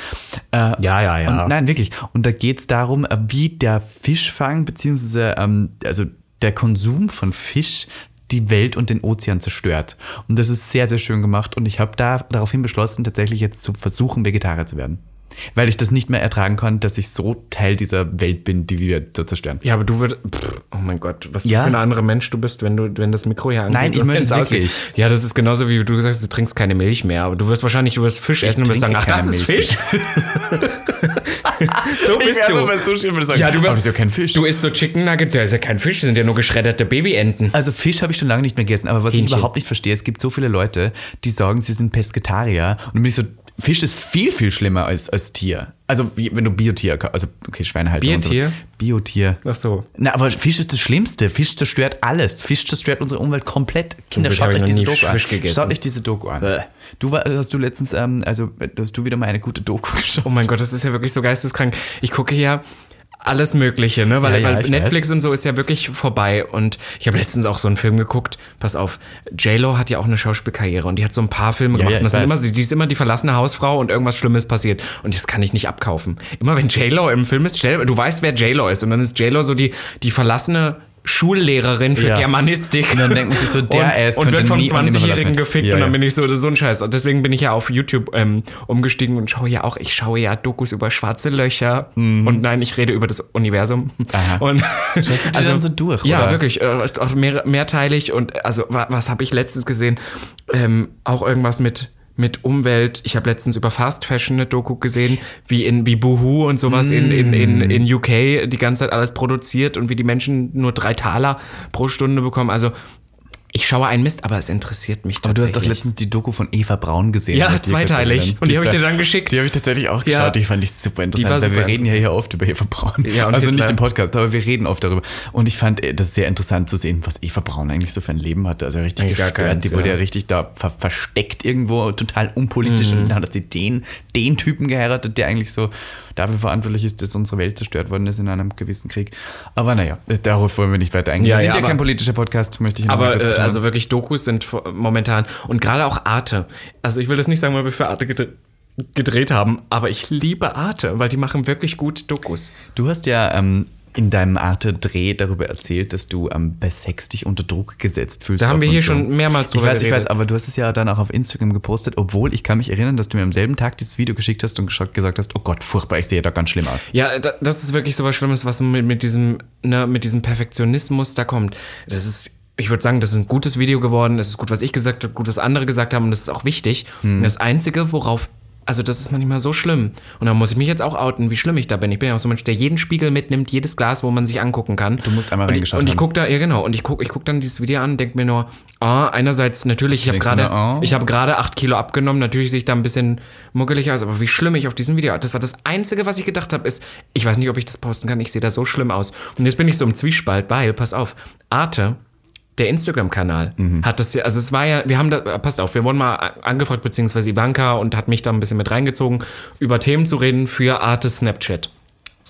[SPEAKER 2] Äh,
[SPEAKER 1] Ja, ja, ja.
[SPEAKER 2] Und, nein, wirklich. Und da geht es darum, äh, wie der Fischfang, beziehungsweise ähm, also der Konsum von Fisch die Welt und den Ozean zerstört. Und das ist sehr, sehr schön gemacht. Und ich habe da daraufhin beschlossen, tatsächlich jetzt zu versuchen, Vegetarier zu werden. Weil ich das nicht mehr ertragen kann, dass ich so Teil dieser Welt bin, die wir da zerstören.
[SPEAKER 1] Ja, aber du würdest. Oh mein Gott, was
[SPEAKER 2] Ja.
[SPEAKER 1] für ein anderer Mensch du bist, wenn du, wenn das Mikro hier angeht.
[SPEAKER 2] Nein, ich
[SPEAKER 1] und
[SPEAKER 2] möchte
[SPEAKER 1] wenn's
[SPEAKER 2] es
[SPEAKER 1] ausgeht.
[SPEAKER 2] wirklich.
[SPEAKER 1] Ja, das ist genauso wie du gesagt hast, du trinkst keine Milch mehr. Aber du wirst wahrscheinlich, du wirst Fisch essen und wirst sagen,
[SPEAKER 2] trinke
[SPEAKER 1] ach, das
[SPEAKER 2] keine
[SPEAKER 1] ist
[SPEAKER 2] Milch
[SPEAKER 1] Fisch. so bist du.
[SPEAKER 2] Sushi würde sagen,
[SPEAKER 1] ja, du
[SPEAKER 2] aber
[SPEAKER 1] bist,
[SPEAKER 2] das ist ja kein Fisch.
[SPEAKER 1] Du isst so Chicken Nuggets, ja, ist ja kein Fisch, das sind ja nur geschredderte Babyenten.
[SPEAKER 2] Also Fisch habe ich schon lange nicht mehr gegessen, aber was ich
[SPEAKER 1] Hähnchen.
[SPEAKER 2] überhaupt nicht verstehe, es gibt so viele Leute, die sagen, sie sind Pesketarier und dann bin ich so, Fisch ist viel, viel schlimmer als, als Tier. Also wie, wenn du Biotier, ka- also okay, Schweinehaltung und
[SPEAKER 1] Biotier?
[SPEAKER 2] sowas. Biotier.
[SPEAKER 1] Ach so.
[SPEAKER 2] Na, aber Fisch ist das Schlimmste. Fisch zerstört alles. Fisch zerstört unsere Umwelt komplett. Kinder,
[SPEAKER 1] Glück
[SPEAKER 2] schaut
[SPEAKER 1] habe
[SPEAKER 2] euch
[SPEAKER 1] ich noch
[SPEAKER 2] diese
[SPEAKER 1] nie
[SPEAKER 2] Doku an.
[SPEAKER 1] Fisch gegessen.
[SPEAKER 2] Schaut euch diese Doku an. Du war, hast du letztens, ähm, also hast du wieder mal eine gute Doku geschaut.
[SPEAKER 1] Oh mein Gott, das ist ja wirklich so geisteskrank. Ich gucke hier alles Mögliche, ne? Weil,
[SPEAKER 2] Ja, ja,
[SPEAKER 1] weil
[SPEAKER 2] ich
[SPEAKER 1] Netflix und so ist ja wirklich vorbei. Und ich habe letztens auch so einen Film geguckt. Pass auf, J-Lo hat ja auch eine Schauspielkarriere und die hat so ein paar Filme gemacht.
[SPEAKER 2] ja,
[SPEAKER 1] und das
[SPEAKER 2] ich
[SPEAKER 1] sind
[SPEAKER 2] weiß.
[SPEAKER 1] immer, sie die ist immer die verlassene Hausfrau und irgendwas Schlimmes passiert. Und das kann ich nicht abkaufen. Immer wenn J-Lo im Film ist, stell, du weißt, wer J-Lo ist. Und dann ist J-Lo so die, die verlassene Schullehrerin für
[SPEAKER 2] Ja.
[SPEAKER 1] Germanistik.
[SPEAKER 2] Und dann denken sie so, der
[SPEAKER 1] und,
[SPEAKER 2] Ass
[SPEAKER 1] und
[SPEAKER 2] könnte
[SPEAKER 1] wird vom
[SPEAKER 2] nie an dem
[SPEAKER 1] 20-Jährigen
[SPEAKER 2] verlassen.
[SPEAKER 1] gefickt
[SPEAKER 2] Ja,
[SPEAKER 1] und dann
[SPEAKER 2] ja.
[SPEAKER 1] bin ich so, das ist so ein Scheiß. Und deswegen bin ich ja auf YouTube ähm, umgestiegen und schaue ja auch, ich schaue ja Dokus über schwarze Löcher und nein, ich rede über das Universum.
[SPEAKER 2] Mhm. Aha.
[SPEAKER 1] Und also
[SPEAKER 2] Schaust du die dann so durch,
[SPEAKER 1] Ja,
[SPEAKER 2] oder?
[SPEAKER 1] wirklich. Äh, auch mehr, mehrteilig und äh, also wa, was habe ich letztens gesehen? Ähm, auch irgendwas mit mit Umwelt. Ich habe letztens über Fast Fashion eine Doku gesehen, wie in wie Boohoo und sowas in, in, in,
[SPEAKER 2] Mhm.
[SPEAKER 1] in UK die ganze Zeit alles produziert und wie die Menschen nur drei Taler pro Stunde bekommen. Also ich schaue einen Mist, aber es interessiert mich
[SPEAKER 2] Aber du hast
[SPEAKER 1] tatsächlich.
[SPEAKER 2] doch letztens die Doku von Eva Braun gesehen.
[SPEAKER 1] Ja,
[SPEAKER 2] Die hat dir
[SPEAKER 1] zweiteilig.
[SPEAKER 2] gefallen.
[SPEAKER 1] Und die habe ich
[SPEAKER 2] zwei-
[SPEAKER 1] dir dann geschickt.
[SPEAKER 2] Die habe ich tatsächlich auch
[SPEAKER 1] Ja.
[SPEAKER 2] geschaut. Die fand ich super interessant.
[SPEAKER 1] Die war
[SPEAKER 2] weil wir
[SPEAKER 1] super
[SPEAKER 2] reden ja hier oft über Eva Braun.
[SPEAKER 1] Ja, und
[SPEAKER 2] also nicht
[SPEAKER 1] Hitler.
[SPEAKER 2] im Podcast, aber wir reden oft darüber. Und ich fand äh, das sehr interessant zu sehen, was Eva Braun eigentlich so für ein Leben hatte. Also richtig
[SPEAKER 1] Eigentlich gar
[SPEAKER 2] gestört.
[SPEAKER 1] keins,
[SPEAKER 2] die wurde ja
[SPEAKER 1] ja.
[SPEAKER 2] richtig da ver versteckt irgendwo, total unpolitisch.
[SPEAKER 1] Mhm.
[SPEAKER 2] Und dann hat sie den, den Typen geheiratet, der eigentlich so dafür verantwortlich ist, dass unsere Welt zerstört worden ist in einem gewissen Krieg. Aber naja, darauf wollen wir nicht weiter eingehen.
[SPEAKER 1] Ja,
[SPEAKER 2] wir sind
[SPEAKER 1] ja,
[SPEAKER 2] ja kein
[SPEAKER 1] aber-
[SPEAKER 2] politischer Podcast, möchte ich noch mal
[SPEAKER 1] Aber
[SPEAKER 2] kurz
[SPEAKER 1] äh,
[SPEAKER 2] betonen.
[SPEAKER 1] also wirklich Dokus sind vo- momentan und gerade auch Arte. Also ich will das nicht sagen, weil wir für Arte gedre- gedreht haben, aber ich liebe Arte, weil die machen wirklich gut Dokus.
[SPEAKER 2] Du hast ja ähm, in deinem Arte-Dreh darüber erzählt, dass du ähm, bei Sex dich unter Druck gesetzt fühlst.
[SPEAKER 1] Da haben
[SPEAKER 2] ab
[SPEAKER 1] wir
[SPEAKER 2] und
[SPEAKER 1] hier
[SPEAKER 2] zu.
[SPEAKER 1] schon mehrmals
[SPEAKER 2] Ich
[SPEAKER 1] drüber
[SPEAKER 2] weiß, ich weiß,
[SPEAKER 1] geredet.
[SPEAKER 2] aber du hast es ja dann auch auf Instagram gepostet, obwohl ich kann mich erinnern, dass du mir am selben Tag dieses Video geschickt hast und geschaut- gesagt hast, oh Gott, furchtbar, ich sehe da ganz schlimm aus.
[SPEAKER 1] Ja, da, das ist wirklich so was Schlimmes, was mit, mit, diesem, ne, mit diesem Perfektionismus da kommt. Das ist ich würde sagen, das ist ein gutes Video geworden. Es ist gut, was ich gesagt habe, gut, was andere gesagt haben. Und das ist auch wichtig.
[SPEAKER 2] Hm.
[SPEAKER 1] Und das Einzige, worauf, also das ist manchmal so schlimm. Und da muss ich mich jetzt auch outen, wie schlimm ich da bin. Ich bin ja auch so ein Mensch, der jeden Spiegel mitnimmt, jedes Glas, wo man sich angucken kann.
[SPEAKER 2] Du musst einmal
[SPEAKER 1] und ich,
[SPEAKER 2] reingeschaut
[SPEAKER 1] Und ich
[SPEAKER 2] haben.
[SPEAKER 1] gucke da, ja genau. Und ich gucke ich guck dann dieses Video an und denke mir nur, ah, einerseits natürlich, ich habe
[SPEAKER 2] Denkst du
[SPEAKER 1] gerade,
[SPEAKER 2] nur, oh?
[SPEAKER 1] ich habe gerade acht Kilo abgenommen. Natürlich sehe ich da ein bisschen muckelig aus. Aber wie schlimm ich auf diesem Video, das war das Einzige, was ich gedacht habe, ist, ich weiß nicht, ob ich das posten kann. Ich sehe da so schlimm aus. Und jetzt bin ich so im Zwiespalt, weil, pass auf, Arte der Instagram-Kanal
[SPEAKER 2] Mhm.
[SPEAKER 1] hat das ja, also es war ja, wir haben da, äh, passt auf, wir wurden mal a- angefragt, beziehungsweise Ivanka und hat mich da ein bisschen mit reingezogen, über Themen zu reden für Arte Snapchat.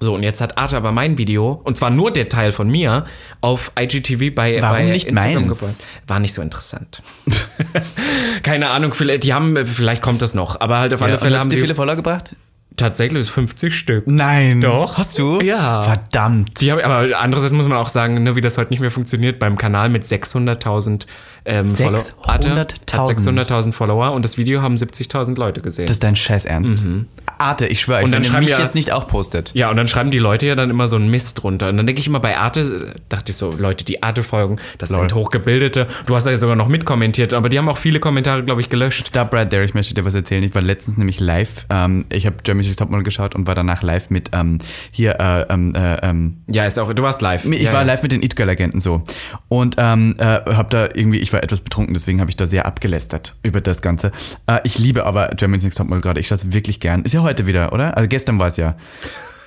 [SPEAKER 1] So, und jetzt hat Arte aber mein Video, und zwar nur der Teil von mir, auf IGTV bei,
[SPEAKER 2] Warum
[SPEAKER 1] bei
[SPEAKER 2] nicht meins?
[SPEAKER 1] gepostet. War nicht so interessant. Keine Ahnung, vielleicht, die haben, vielleicht kommt das noch, aber halt auf alle
[SPEAKER 2] Ja, und
[SPEAKER 1] Fälle haben
[SPEAKER 2] hast du
[SPEAKER 1] sie
[SPEAKER 2] dir viele Follower gebracht?
[SPEAKER 1] tatsächlich 50 Stück.
[SPEAKER 2] Nein.
[SPEAKER 1] Doch.
[SPEAKER 2] Hast du?
[SPEAKER 1] Ja.
[SPEAKER 2] Verdammt.
[SPEAKER 1] Die hab, ich- aber andererseits muss man auch sagen, ne, wie das heute nicht mehr funktioniert beim Kanal mit 600.000 ähm, Follower. Arte hat
[SPEAKER 2] 600.000.
[SPEAKER 1] 600.000 Follower und das Video haben 70.000 Leute gesehen.
[SPEAKER 2] Das ist dein Scheiß Ernst. Arte, ich schwöre, wenn
[SPEAKER 1] Mhm. dann
[SPEAKER 2] ihr
[SPEAKER 1] schreiben
[SPEAKER 2] mich
[SPEAKER 1] ja-
[SPEAKER 2] jetzt nicht auch postet.
[SPEAKER 1] ja, und dann schreiben die Leute ja dann immer so einen Mist drunter. Und dann denke ich immer bei Arte, äh, dachte ich so, Leute, die Arte folgen, das sind Hochgebildete. Du hast ja sogar noch mitkommentiert, aber die haben auch viele Kommentare, glaube ich, gelöscht.
[SPEAKER 2] Stop right there, ich möchte dir was erzählen. Ich war letztens nämlich live, ähm, ich habe Jeremy's Top Model geschaut und war danach live mit, ähm, hier, äh, ähm, äh, ähm,
[SPEAKER 1] Ja, ist auch, du warst live.
[SPEAKER 2] Ich
[SPEAKER 1] ja,
[SPEAKER 2] war
[SPEAKER 1] ja.
[SPEAKER 2] live mit den It Girl Agenten so und ähm, äh, habe da irgendwie, ich war etwas betrunken, deswegen habe ich da sehr abgelästert über das Ganze. Äh, ich liebe aber Germany's Next Topmodel gerade. Ich schaue es wirklich gern. Ist ja heute wieder, oder? Also gestern war es ja.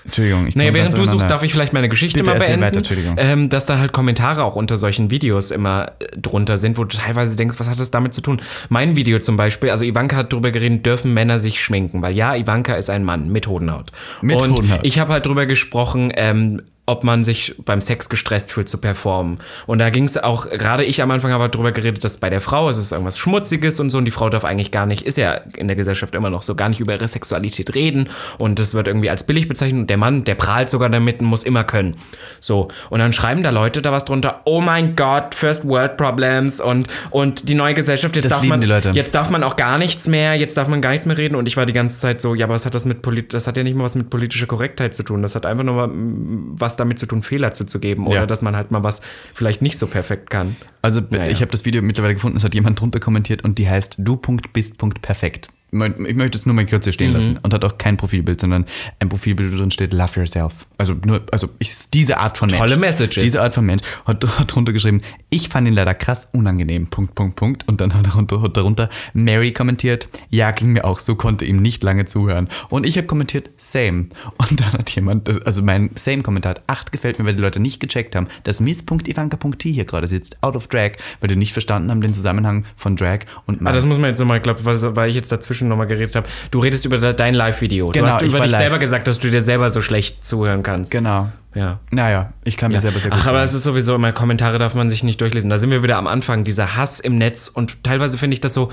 [SPEAKER 2] Entschuldigung. Ich
[SPEAKER 1] Naja,
[SPEAKER 2] komm
[SPEAKER 1] während
[SPEAKER 2] ganz
[SPEAKER 1] du suchst,
[SPEAKER 2] durcheinander.
[SPEAKER 1] darf ich vielleicht meine Geschichte
[SPEAKER 2] Bitte
[SPEAKER 1] mal
[SPEAKER 2] erzähl
[SPEAKER 1] beenden.
[SPEAKER 2] weiter, Entschuldigung.
[SPEAKER 1] ähm, dass da halt Kommentare auch unter solchen Videos immer äh, drunter sind, wo du teilweise denkst, was hat das damit zu tun? Mein Video zum Beispiel, also Ivanka hat drüber geredet, dürfen Männer sich schminken? Weil ja, Ivanka ist ein Mann mit Hodenhaut.
[SPEAKER 2] Mit
[SPEAKER 1] Und
[SPEAKER 2] Hodenhaut.
[SPEAKER 1] ich habe halt drüber gesprochen, ähm, ob man sich beim Sex gestresst fühlt zu performen. Und da ging es auch, gerade ich am Anfang habe halt drüber geredet, dass bei der Frau es ist irgendwas Schmutziges und so und die Frau darf eigentlich gar nicht, ist ja in der Gesellschaft immer noch so, gar nicht über ihre Sexualität reden und das wird irgendwie als billig bezeichnet und der Mann, der prahlt sogar damit und muss immer können. So, und dann schreiben da Leute da was drunter, oh mein Gott, First World Problems und, und die neue Gesellschaft, jetzt
[SPEAKER 2] Das
[SPEAKER 1] darf
[SPEAKER 2] lieben
[SPEAKER 1] man,
[SPEAKER 2] die Leute.
[SPEAKER 1] jetzt darf man auch gar nichts mehr, jetzt darf man gar nichts mehr reden und ich war die ganze Zeit so, ja, aber was hat das mit Polit das hat ja nicht mal was mit politischer Korrektheit zu tun, das hat einfach nur mal, mm, was damit zu tun, Fehler zuzugeben oder
[SPEAKER 2] Ja.
[SPEAKER 1] dass man halt mal was vielleicht nicht so perfekt kann.
[SPEAKER 2] Also b-
[SPEAKER 1] Naja.
[SPEAKER 2] ich habe das Video mittlerweile gefunden, es hat jemand drunter kommentiert und die heißt du Punkt bist Punkt perfekt. Mein- Ich möchte es nur mal kurz hier stehen
[SPEAKER 1] Mhm.
[SPEAKER 2] lassen und hat auch kein Profilbild, sondern ein Profilbild, wo drin steht Love Yourself. Also nur, also ich, diese Art von Mensch.
[SPEAKER 1] Tolle Messages.
[SPEAKER 2] Diese Art von Mensch hat, hat drunter geschrieben, ich fand ihn leider krass unangenehm, Punkt, Punkt, Punkt. Und dann hat darunter, hat darunter Mary kommentiert, ja, ging mir auch so, konnte ihm nicht lange zuhören. Und ich habe kommentiert, same. Und dann hat jemand, das- also mein same-Kommentar hat acht gefällt mir, weil die Leute nicht gecheckt haben, dass miss.ivanka.t hier gerade sitzt, out of drag, weil die nicht verstanden haben den Zusammenhang von Drag und
[SPEAKER 1] Ah,
[SPEAKER 2] Mann.
[SPEAKER 1] das muss man jetzt nochmal, glaube weil, weil ich jetzt dazwischen nochmal geredet habe. Du redest über de- dein Live-Video.
[SPEAKER 2] Genau,
[SPEAKER 1] du hast
[SPEAKER 2] ich
[SPEAKER 1] über
[SPEAKER 2] war
[SPEAKER 1] dich
[SPEAKER 2] live.
[SPEAKER 1] selber gesagt, dass du dir selber so schlecht zuhören kannst.
[SPEAKER 2] genau.
[SPEAKER 1] Ja.
[SPEAKER 2] Naja, ich kann mir selber sehr gut
[SPEAKER 1] Ach, aber
[SPEAKER 2] sagen.
[SPEAKER 1] es ist sowieso immer, Kommentare darf man sich nicht durchlesen. Da sind wir wieder am Anfang, dieser Hass im Netz. Und teilweise finde ich das so,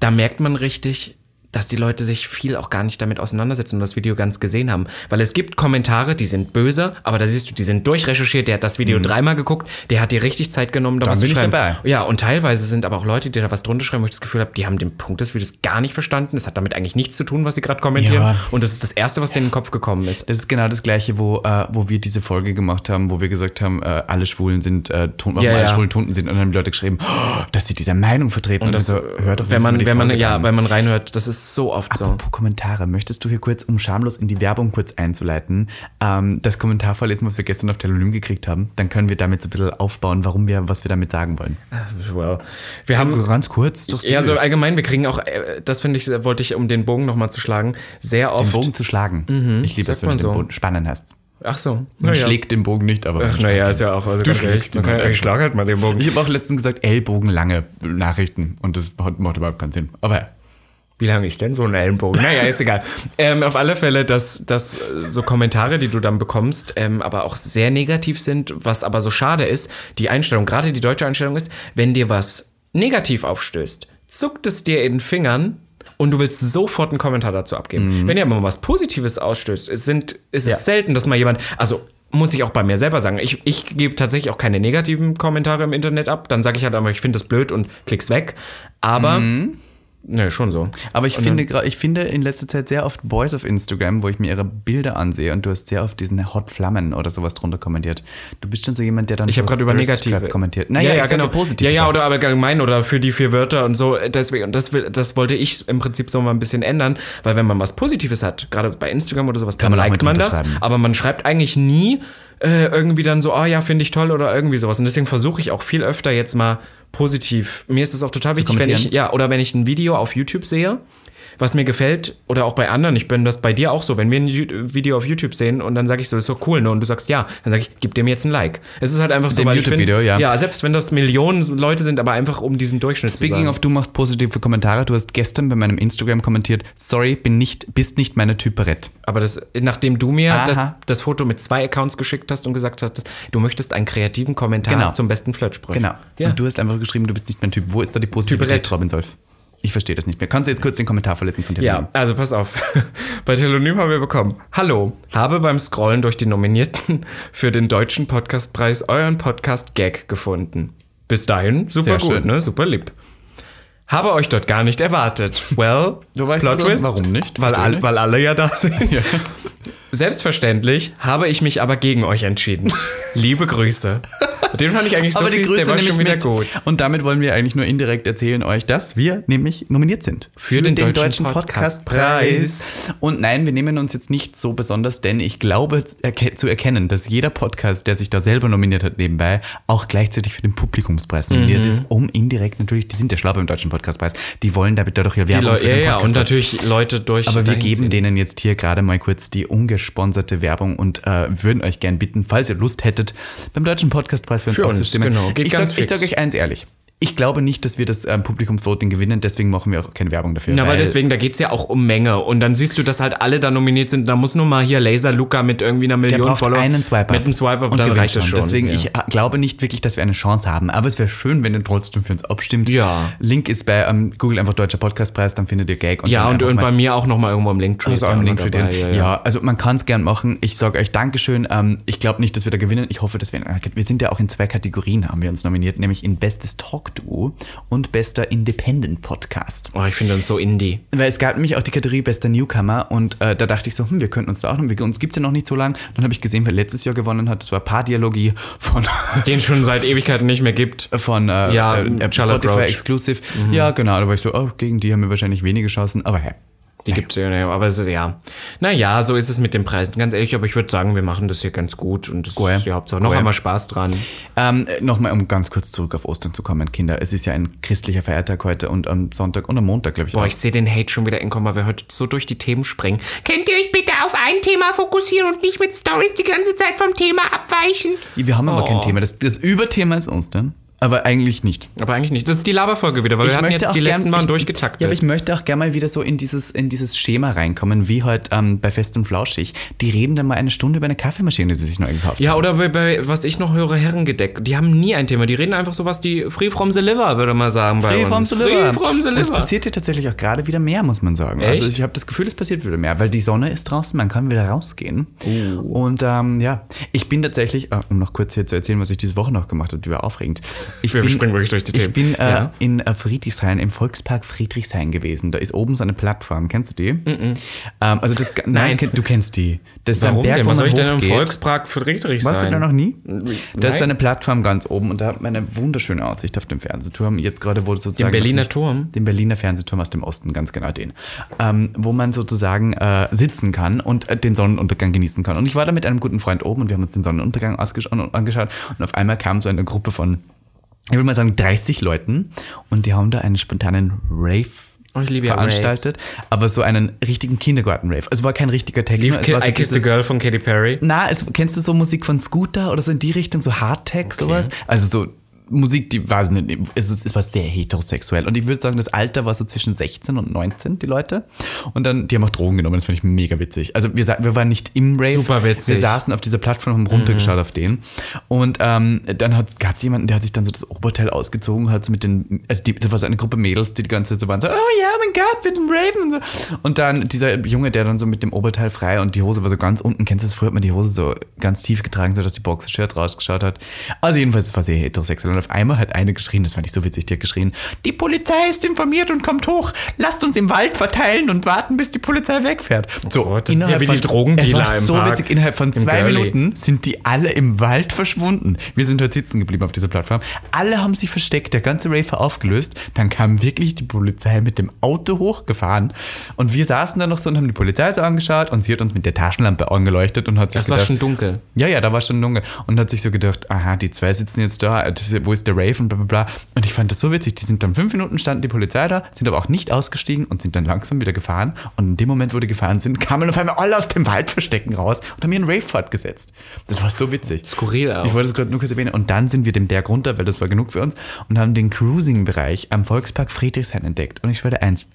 [SPEAKER 1] da merkt man richtig, dass die Leute sich viel auch gar nicht damit auseinandersetzen und das Video ganz gesehen haben. Weil es gibt Kommentare, die sind böse, aber da siehst du, die sind durchrecherchiert, der hat das Video dreimal geguckt, der hat dir richtig Zeit genommen, da was
[SPEAKER 2] Mhm. bin
[SPEAKER 1] zu
[SPEAKER 2] ich
[SPEAKER 1] schreiben.
[SPEAKER 2] dabei.
[SPEAKER 1] Ja, und teilweise sind aber auch Leute, die da was drunter schreiben, wo ich das Gefühl habe, die haben den Punkt des Videos gar nicht verstanden. Es hat damit eigentlich nichts zu tun, was sie gerade kommentieren.
[SPEAKER 2] Ja.
[SPEAKER 1] Und das ist das Erste, was denen in den Kopf gekommen ist.
[SPEAKER 2] Das ist genau das Gleiche, wo, äh, wo wir diese Folge gemacht haben, wo wir gesagt haben, äh, alle Schwulen sind, äh, Ton, warum
[SPEAKER 1] Ja,
[SPEAKER 2] alle
[SPEAKER 1] ja.
[SPEAKER 2] Schwulen Tunden sind. Und dann haben die Leute geschrieben, oh, dass sie diese Meinung vertreten. Und,
[SPEAKER 1] Das,
[SPEAKER 2] so, hört doch
[SPEAKER 1] wenn
[SPEAKER 2] wenigstens mal
[SPEAKER 1] man,
[SPEAKER 2] die
[SPEAKER 1] wenn man,
[SPEAKER 2] Folge
[SPEAKER 1] ja,
[SPEAKER 2] an.
[SPEAKER 1] wenn man reinhört, das ist so oft so.
[SPEAKER 2] Apropos Kommentare, möchtest du hier kurz, um schamlos in die Werbung kurz einzuleiten, ähm, das Kommentar vorlesen, was wir gestern auf Telonym gekriegt haben? Dann können wir damit so ein bisschen aufbauen, warum wir, was wir damit sagen wollen. Also
[SPEAKER 1] Well, wir haben
[SPEAKER 2] Ganz kurz. Doch
[SPEAKER 1] Also ja also so
[SPEAKER 2] süß.
[SPEAKER 1] allgemein, wir kriegen auch, äh, das finde ich, wollte ich, um den Bogen nochmal zu schlagen, sehr oft.
[SPEAKER 2] den Bogen zu schlagen. ich liebe
[SPEAKER 1] Mhm, sagt
[SPEAKER 2] das, wenn
[SPEAKER 1] man
[SPEAKER 2] du den
[SPEAKER 1] so.
[SPEAKER 2] Bogen spannen hast.
[SPEAKER 1] Ach so,
[SPEAKER 2] Man
[SPEAKER 1] naja.
[SPEAKER 2] schlägt den Bogen nicht, aber man
[SPEAKER 1] Naja, ist ja auch. Also
[SPEAKER 2] Du
[SPEAKER 1] ganz ehrlich,
[SPEAKER 2] schlägst
[SPEAKER 1] man
[SPEAKER 2] ihn
[SPEAKER 1] kann-
[SPEAKER 2] halt.
[SPEAKER 1] Ich schlag halt mal den Bogen.
[SPEAKER 2] Ich habe auch letztens gesagt, Ellbogenlange Nachrichten und das hat- macht überhaupt keinen Sinn. Aber ja.
[SPEAKER 1] Wie lange ist denn so ein Ellenbogen? Naja, ist egal. ähm, auf alle Fälle, dass, dass äh, so Kommentare, die du dann bekommst, ähm, aber auch sehr negativ sind, was aber so schade ist, die Einstellung, gerade die deutsche Einstellung ist, wenn dir was negativ aufstößt, zuckt es dir in den Fingern und du willst sofort einen Kommentar dazu abgeben. Wenn dir aber mal was Positives ausstößt, es sind, ist
[SPEAKER 2] Ja.
[SPEAKER 1] es selten, dass mal jemand, also muss ich auch bei mir selber sagen. Ich, ich gebe tatsächlich auch keine negativen Kommentare im Internet ab. Dann sage ich halt einfach, ich finde das blöd und klick's weg. Aber Ne, schon so.
[SPEAKER 2] Aber ich finde, gra- ich finde in letzter Zeit sehr oft Boys auf Instagram, wo ich mir ihre Bilder ansehe und du hast sehr oft diesen Hot Flammen oder sowas drunter kommentiert. Du bist schon so jemand, der dann.
[SPEAKER 1] Ich habe
[SPEAKER 2] so
[SPEAKER 1] gerade über
[SPEAKER 2] Thirst
[SPEAKER 1] negative
[SPEAKER 2] Trap kommentiert. Naja,
[SPEAKER 1] ja, ja
[SPEAKER 2] ich sage
[SPEAKER 1] genau.
[SPEAKER 2] Positive
[SPEAKER 1] ja, ja,
[SPEAKER 2] Sachen.
[SPEAKER 1] oder aber allgemein oder für die vier Wörter und so. Deswegen, und das, will, das wollte ich im Prinzip so mal ein bisschen ändern, weil wenn man was Positives hat, gerade bei Instagram oder sowas, kann
[SPEAKER 2] man
[SPEAKER 1] man
[SPEAKER 2] auch
[SPEAKER 1] liked
[SPEAKER 2] mit
[SPEAKER 1] man das,
[SPEAKER 2] unterschreiben.
[SPEAKER 1] aber man schreibt eigentlich nie äh, irgendwie dann so, oh ja, finde ich toll oder irgendwie sowas. Und deswegen versuche ich auch viel öfter jetzt mal positiv. Mir ist es auch total wichtig, wenn ich,
[SPEAKER 2] kommentieren.
[SPEAKER 1] ja, oder wenn ich ein Video auf YouTube sehe, was mir gefällt, oder auch bei anderen, ich bin das bei dir auch so, wenn wir ein Ju- Video auf YouTube sehen und dann sage ich so, ist so cool, ne? Und du sagst ja, dann sage ich, gib dem jetzt ein Like. Es ist halt einfach so,
[SPEAKER 2] Dem
[SPEAKER 1] weil ich find-
[SPEAKER 2] YouTube-Video, ja.
[SPEAKER 1] Ja, selbst wenn das Millionen Leute sind, aber einfach um diesen Durchschnitt zu
[SPEAKER 2] Speaking
[SPEAKER 1] sagen.
[SPEAKER 2] of, du machst positive Kommentare. Du hast gestern bei meinem Instagram kommentiert, sorry, bin nicht, bist nicht meine Typerett.
[SPEAKER 1] aber das, nachdem du mir
[SPEAKER 2] Aha.
[SPEAKER 1] das, das Foto mit zwei Accounts geschickt hast und gesagt hast, du möchtest einen kreativen Kommentar
[SPEAKER 2] Genau.
[SPEAKER 1] zum besten Flirtspruch.
[SPEAKER 2] Genau.
[SPEAKER 1] Ja.
[SPEAKER 2] Und du hast einfach geschrieben, du bist nicht mein Typ. Wo ist da die Positivität,
[SPEAKER 1] Typerett.
[SPEAKER 2] Robin Solf? Ich verstehe das nicht mehr. Kannst du jetzt kurz den Kommentar verlesen von Telegram?
[SPEAKER 1] Ja, also pass auf. Bei Telonym haben wir bekommen. Hallo, habe beim Scrollen durch die Nominierten für den deutschen Podcastpreis euren Podcast Gag gefunden. Bis dahin, super
[SPEAKER 2] Sehr
[SPEAKER 1] gut,
[SPEAKER 2] schön.
[SPEAKER 1] ne? Super lieb. Habe euch dort gar nicht erwartet. Well,
[SPEAKER 2] Du weißt
[SPEAKER 1] Plot
[SPEAKER 2] nicht,
[SPEAKER 1] Twist.
[SPEAKER 2] warum nicht?
[SPEAKER 1] Weil,
[SPEAKER 2] Verstehe
[SPEAKER 1] all,
[SPEAKER 2] nicht.
[SPEAKER 1] weil alle ja da sind. Selbstverständlich habe ich mich aber gegen euch entschieden. Liebe Grüße. Den fand ich eigentlich so
[SPEAKER 2] Aber die
[SPEAKER 1] fies,
[SPEAKER 2] Grüße
[SPEAKER 1] der war
[SPEAKER 2] nehme ich
[SPEAKER 1] schon wieder
[SPEAKER 2] mit.
[SPEAKER 1] gut.
[SPEAKER 2] Und damit wollen wir eigentlich nur indirekt erzählen euch, dass wir nämlich nominiert sind.
[SPEAKER 1] Für den Deutschen Podcastpreis.
[SPEAKER 2] Und nein, wir nehmen uns jetzt nicht so besonders, denn ich glaube zu erke- zu erkennen, dass jeder Podcast, der sich da selber nominiert hat nebenbei, auch gleichzeitig für den Publikumspreis nominiert
[SPEAKER 1] Mhm.
[SPEAKER 2] ist, um indirekt natürlich, die sind ja schlau beim Deutschen Podcastpreis, die wollen damit dadurch ihr
[SPEAKER 1] Die
[SPEAKER 2] Werbung
[SPEAKER 1] Leu-
[SPEAKER 2] für
[SPEAKER 1] ja,
[SPEAKER 2] den
[SPEAKER 1] ja, und
[SPEAKER 2] Podcastpreis
[SPEAKER 1] natürlich Leute durch.
[SPEAKER 2] aber wir
[SPEAKER 1] dahin
[SPEAKER 2] geben
[SPEAKER 1] ziehen.
[SPEAKER 2] denen jetzt hier gerade mal kurz die ungesponserte Werbung und äh, würden euch gern bitten, falls ihr Lust hättet, beim Deutschen Podcastpreis für uns,
[SPEAKER 1] Für uns,
[SPEAKER 2] abzustimmen.
[SPEAKER 1] genau. Geht
[SPEAKER 2] ich
[SPEAKER 1] ganz
[SPEAKER 2] sage
[SPEAKER 1] fix.
[SPEAKER 2] sag euch eins ehrlich. Ich glaube nicht, dass wir das ähm, Publikumsvoting gewinnen, deswegen machen wir auch keine Werbung dafür.
[SPEAKER 1] Na, weil deswegen, da geht's ja auch um Menge. Und dann siehst du, dass halt alle da nominiert sind. Da muss nur mal hier Laser Luca mit irgendwie einer
[SPEAKER 2] der
[SPEAKER 1] Million
[SPEAKER 2] braucht
[SPEAKER 1] Follower.
[SPEAKER 2] einen Swiper.
[SPEAKER 1] Mit einem Swiper, und dann
[SPEAKER 2] gewinnt
[SPEAKER 1] reicht das schon.
[SPEAKER 2] Deswegen,
[SPEAKER 1] ja.
[SPEAKER 2] ich äh, glaube nicht wirklich, dass wir eine Chance haben. Aber es wäre schön, wenn ihr trotzdem für uns abstimmt.
[SPEAKER 1] Ja.
[SPEAKER 2] Link ist bei ähm, Google einfach Deutscher Podcastpreis, dann findet ihr Gag.
[SPEAKER 1] ja,
[SPEAKER 2] dann
[SPEAKER 1] und,
[SPEAKER 2] einfach
[SPEAKER 1] und
[SPEAKER 2] mal-
[SPEAKER 1] bei mir auch nochmal irgendwo im Linktree.
[SPEAKER 2] Das ist auch
[SPEAKER 1] da
[SPEAKER 2] im
[SPEAKER 1] immer
[SPEAKER 2] Link für den.
[SPEAKER 1] dabei,
[SPEAKER 2] Ja, also man kann es gern machen. Ich sage euch Dankeschön. Ähm, ich glaube nicht, dass wir da gewinnen. Ich hoffe, dass wir. äh, Wir sind ja auch in zwei Kategorien, haben wir uns nominiert, nämlich in Bestes Talk-Duo und Bester Independent Podcast.
[SPEAKER 1] Oh, ich finde uns so indie.
[SPEAKER 2] Weil es gab nämlich auch die Kategorie Bester Newcomer und äh, da dachte ich so, hm, wir könnten uns da auch noch, wir- uns gibt ja noch nicht so lange. Dann habe ich gesehen, wer letztes Jahr gewonnen hat, das war Paardialogie von
[SPEAKER 1] Den schon seit Ewigkeiten nicht mehr gibt.
[SPEAKER 2] von äh,
[SPEAKER 1] Ja,
[SPEAKER 2] äh, äh,
[SPEAKER 1] Charlotte Mhm.
[SPEAKER 2] Spotify
[SPEAKER 1] Roach.
[SPEAKER 2] Exclusive. Ja, genau, da war ich so, oh, gegen die haben wir wahrscheinlich wenige Chancen, aber hey.
[SPEAKER 1] Die gibt's ja, naja, aber es ist, ja. Naja, so ist es mit den Preisen. Ganz ehrlich, aber ich würde sagen, wir machen das hier ganz gut. Und das ist die Hauptsache. Noch
[SPEAKER 2] Goal.
[SPEAKER 1] einmal Spaß dran.
[SPEAKER 2] Ähm, Nochmal, um ganz kurz zurück auf Ostern zu kommen, Kinder. Es ist ja ein christlicher Feiertag heute und am Sonntag und am Montag, glaube ich.
[SPEAKER 1] Boah,
[SPEAKER 2] auch.
[SPEAKER 1] ich sehe den Hate schon wieder entkommen, weil wir heute so durch die Themen springen. Könnt ihr euch bitte auf ein Thema fokussieren und nicht mit Stories die ganze Zeit vom Thema abweichen?
[SPEAKER 2] wir haben aber
[SPEAKER 1] Oh.
[SPEAKER 2] kein Thema. Das, das Überthema ist Ostern, aber eigentlich nicht.
[SPEAKER 1] Aber eigentlich nicht. Das ist die Laberfolge wieder, weil wir hatten jetzt die
[SPEAKER 2] gern-
[SPEAKER 1] letzten Wochen
[SPEAKER 2] ich-
[SPEAKER 1] durchgetaktet.
[SPEAKER 2] Ja, aber ich möchte auch gerne mal wieder so in dieses, in dieses Schema reinkommen, wie heute ähm, bei Fest und Flauschig. Die reden dann mal eine Stunde über eine Kaffeemaschine, die sie sich neu gekauft
[SPEAKER 1] ja, oder bei, bei, was ich noch höre, Herrengedeck. Die haben nie ein Thema. Die reden einfach so was, die Free from the Liver, würde man sagen. bei
[SPEAKER 2] Free
[SPEAKER 1] uns.
[SPEAKER 2] from the liver.
[SPEAKER 1] Free from the
[SPEAKER 2] Und es
[SPEAKER 1] Liver.
[SPEAKER 2] passiert ja tatsächlich auch gerade wieder mehr, muss man sagen. Also
[SPEAKER 1] Echt?
[SPEAKER 2] ich habe das Gefühl, es passiert wieder mehr, weil die Sonne ist draußen, man kann wieder rausgehen.
[SPEAKER 1] Oh.
[SPEAKER 2] Und ähm, ja, ich bin tatsächlich, äh, um noch kurz hier zu erzählen, was ich diese Woche noch gemacht habe, die war aufregend. Ich
[SPEAKER 1] Wir springen wirklich durch die
[SPEAKER 2] Ich
[SPEAKER 1] Themen.
[SPEAKER 2] bin äh,
[SPEAKER 1] Ja.
[SPEAKER 2] in äh, Friedrichshain, im Volkspark Friedrichshain gewesen. Da ist oben so eine Plattform, kennst du die? Ähm, also das, nein,
[SPEAKER 1] Nein.
[SPEAKER 2] ken- du kennst die. Das ist
[SPEAKER 1] Warum
[SPEAKER 2] ein Berg,
[SPEAKER 1] denn?
[SPEAKER 2] wo
[SPEAKER 1] Was
[SPEAKER 2] man
[SPEAKER 1] soll ich denn im
[SPEAKER 2] hochgeht.
[SPEAKER 1] Volkspark für Friedrich sein?
[SPEAKER 2] Warst du da noch nie? Da ist
[SPEAKER 1] Nein.
[SPEAKER 2] so eine Plattform ganz oben und da hat man eine wunderschöne Aussicht auf den Fernsehturm. Jetzt gerade wurde sozusagen.
[SPEAKER 1] Den Berliner
[SPEAKER 2] noch nicht-
[SPEAKER 1] Turm?
[SPEAKER 2] Den Berliner Fernsehturm aus dem Osten, ganz genau den. Ähm, wo man sozusagen äh, sitzen kann und äh, den Sonnenuntergang genießen kann. Und ich war da mit einem guten Freund oben und wir haben uns den Sonnenuntergang ausgesch- an- angeschaut und auf einmal kam so eine Gruppe von, ich würde mal sagen, 30 Leuten und die haben da einen spontanen Rave.
[SPEAKER 1] Oh, ich liebe ja
[SPEAKER 2] veranstaltet, aber so einen richtigen Kindergarten-Rave. Also war kein richtiger Techno.
[SPEAKER 1] Leave
[SPEAKER 2] es
[SPEAKER 1] Ki
[SPEAKER 2] war so
[SPEAKER 1] I Kissed a
[SPEAKER 2] dieses-
[SPEAKER 1] Girl von Katy Perry.
[SPEAKER 2] na, es, kennst du so Musik von Scooter oder so in die Richtung, so Hardtech, sowas? Also so Musik, die weiß nicht, es, ist, es war sehr heterosexuell. Und ich würde sagen, das Alter war so zwischen 16 und 19, die Leute. Und dann, die haben auch Drogen genommen, das fand ich mega witzig. Also wir, sa- wir waren nicht im Rave.
[SPEAKER 1] Super witzig.
[SPEAKER 2] Wir saßen auf dieser Plattform, haben runtergeschaut auf den. Und ähm, dann gab es jemanden, der hat sich dann so das Oberteil ausgezogen, hat so mit den, also die, das war so eine Gruppe Mädels, die die ganze Zeit so waren, so, oh ja, mein Gott, mit dem Raven und so. Und dann dieser Junge, der dann so mit dem Oberteil frei und die Hose war so ganz unten, kennst du das, früher hat man die Hose so ganz tief getragen, sodass die Boxershirt rausgeschaut hat. Also jedenfalls, es war sehr heterosexuell. Und auf einmal hat eine geschrien, das fand ich so witzig, die hat geschrien, die Polizei ist informiert und kommt hoch, lasst uns im Wald verteilen und warten, bis die Polizei wegfährt. So,
[SPEAKER 1] Oh Gott, das ist ja wie die Drogendealer
[SPEAKER 2] es war
[SPEAKER 1] im
[SPEAKER 2] so
[SPEAKER 1] Park,
[SPEAKER 2] witzig, innerhalb von
[SPEAKER 1] im
[SPEAKER 2] zwei
[SPEAKER 1] Girlie.
[SPEAKER 2] Minuten sind die alle im Wald verschwunden. Wir sind dort sitzen geblieben auf dieser Plattform. Alle haben sich versteckt, der ganze Rave war aufgelöst. Dann kam wirklich die Polizei mit dem Auto hochgefahren und wir saßen da noch so und haben die Polizei so angeschaut und sie hat uns mit der Taschenlampe angeleuchtet und hat sich
[SPEAKER 1] Das war
[SPEAKER 2] gedacht,
[SPEAKER 1] schon dunkel.
[SPEAKER 2] ja, ja, da war schon dunkel. Und hat sich so gedacht, aha, die zwei sitzen jetzt da, äh, das, wo ist der Rave und bla bla bla. Und ich fand das so witzig. Die sind dann fünf Minuten standen die Polizei da, sind aber auch nicht ausgestiegen und sind dann langsam wieder gefahren. Und in dem Moment, wo die gefahren sind, kamen auf einmal alle aus dem Waldverstecken raus und haben ihren Rave fortgesetzt. Das war so witzig.
[SPEAKER 1] Skurril auch.
[SPEAKER 2] Ich wollte es gerade nur kurz erwähnen. Und dann sind wir den Berg runter, weil das war genug für uns, und haben den Cruising-Bereich am Volkspark Friedrichshain entdeckt. Und ich würde eins.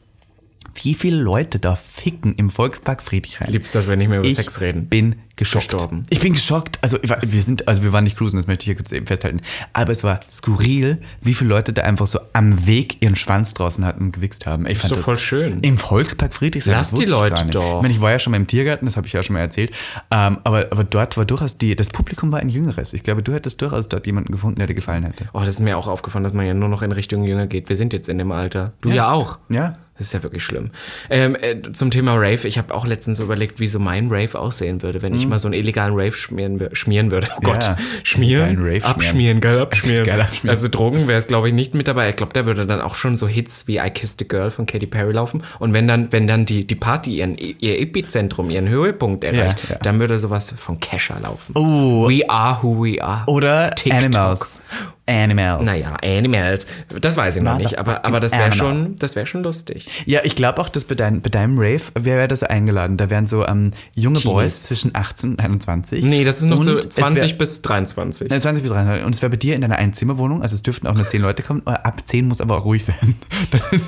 [SPEAKER 2] Wie viele Leute da ficken im Volkspark Friedrichshain?
[SPEAKER 1] Liebst das, wenn nicht mehr über
[SPEAKER 2] ich
[SPEAKER 1] Sex reden.
[SPEAKER 2] bin geschockt.
[SPEAKER 1] Gestorben.
[SPEAKER 2] Ich bin geschockt. Also ich war- wir sind, also wir waren nicht cruisen, das möchte ich hier kurz eben festhalten. Aber es war skurril, wie viele Leute da einfach so am Weg ihren Schwanz draußen hatten und gewichst haben. Ich fand
[SPEAKER 1] doch
[SPEAKER 2] das
[SPEAKER 1] voll schön.
[SPEAKER 2] Im Volkspark Friedrichshain.
[SPEAKER 1] Lass
[SPEAKER 2] das wusste
[SPEAKER 1] die
[SPEAKER 2] ich
[SPEAKER 1] Leute
[SPEAKER 2] gar nicht.
[SPEAKER 1] doch.
[SPEAKER 2] Ich meine, ich war ja schon mal im Tiergarten, das habe ich ja schon mal erzählt. Ähm, aber, aber dort war durchaus die, das Publikum war ein jüngeres. Ich glaube, du hättest durchaus dort jemanden gefunden, der dir gefallen hätte.
[SPEAKER 1] Oh, das ist mir auch aufgefallen, dass man ja nur noch in Richtung Jünger geht. Wir sind jetzt in dem Alter. Du ja, auch.
[SPEAKER 2] Ja.
[SPEAKER 1] Das ist ja wirklich schlimm. Ähm, äh, zum Thema Rave, ich habe auch letztens so überlegt, wie so mein Rave aussehen würde, wenn ich mal so einen illegalen Rave schmieren, wür- schmieren würde. Oh Gott,
[SPEAKER 2] Mhm. Ja.
[SPEAKER 1] schmieren,
[SPEAKER 2] Illegalen Rave schmieren.
[SPEAKER 1] abschmieren, geil abschmieren.
[SPEAKER 2] Geil abschmieren.
[SPEAKER 1] Also Drogen wäre es, glaube ich, nicht mit dabei. Ich glaube, da würde dann auch schon so Hits wie I Kissed a Girl von Katy Perry laufen. Und wenn dann, wenn dann die, die Party ihren, ihr Epizentrum, ihren Höhepunkt erreicht,
[SPEAKER 2] ja.
[SPEAKER 1] dann würde sowas von Kesha laufen.
[SPEAKER 2] Oh.
[SPEAKER 1] We are who we are.
[SPEAKER 2] Oder
[SPEAKER 1] TikTok.
[SPEAKER 2] Animals. Animals.
[SPEAKER 1] Naja, Animals. Das weiß ich noch nicht, aber, aber das wäre
[SPEAKER 2] Animals.
[SPEAKER 1] schon, das wär schon lustig.
[SPEAKER 2] Ja, ich glaube auch, dass bei, dein, bei deinem Rave, wer wäre das eingeladen? Da wären so ähm, junge Boys zwischen 18 und 21.
[SPEAKER 1] Nee, das ist noch
[SPEAKER 2] Und
[SPEAKER 1] so
[SPEAKER 2] es wär-
[SPEAKER 1] 20 bis 23.
[SPEAKER 2] Nein, 20 bis 23. Und es wäre bei dir in deiner Einzimmerwohnung, also es dürften auch nur 10 Leute kommen, aber ab 10 muss aber auch ruhig sein. Also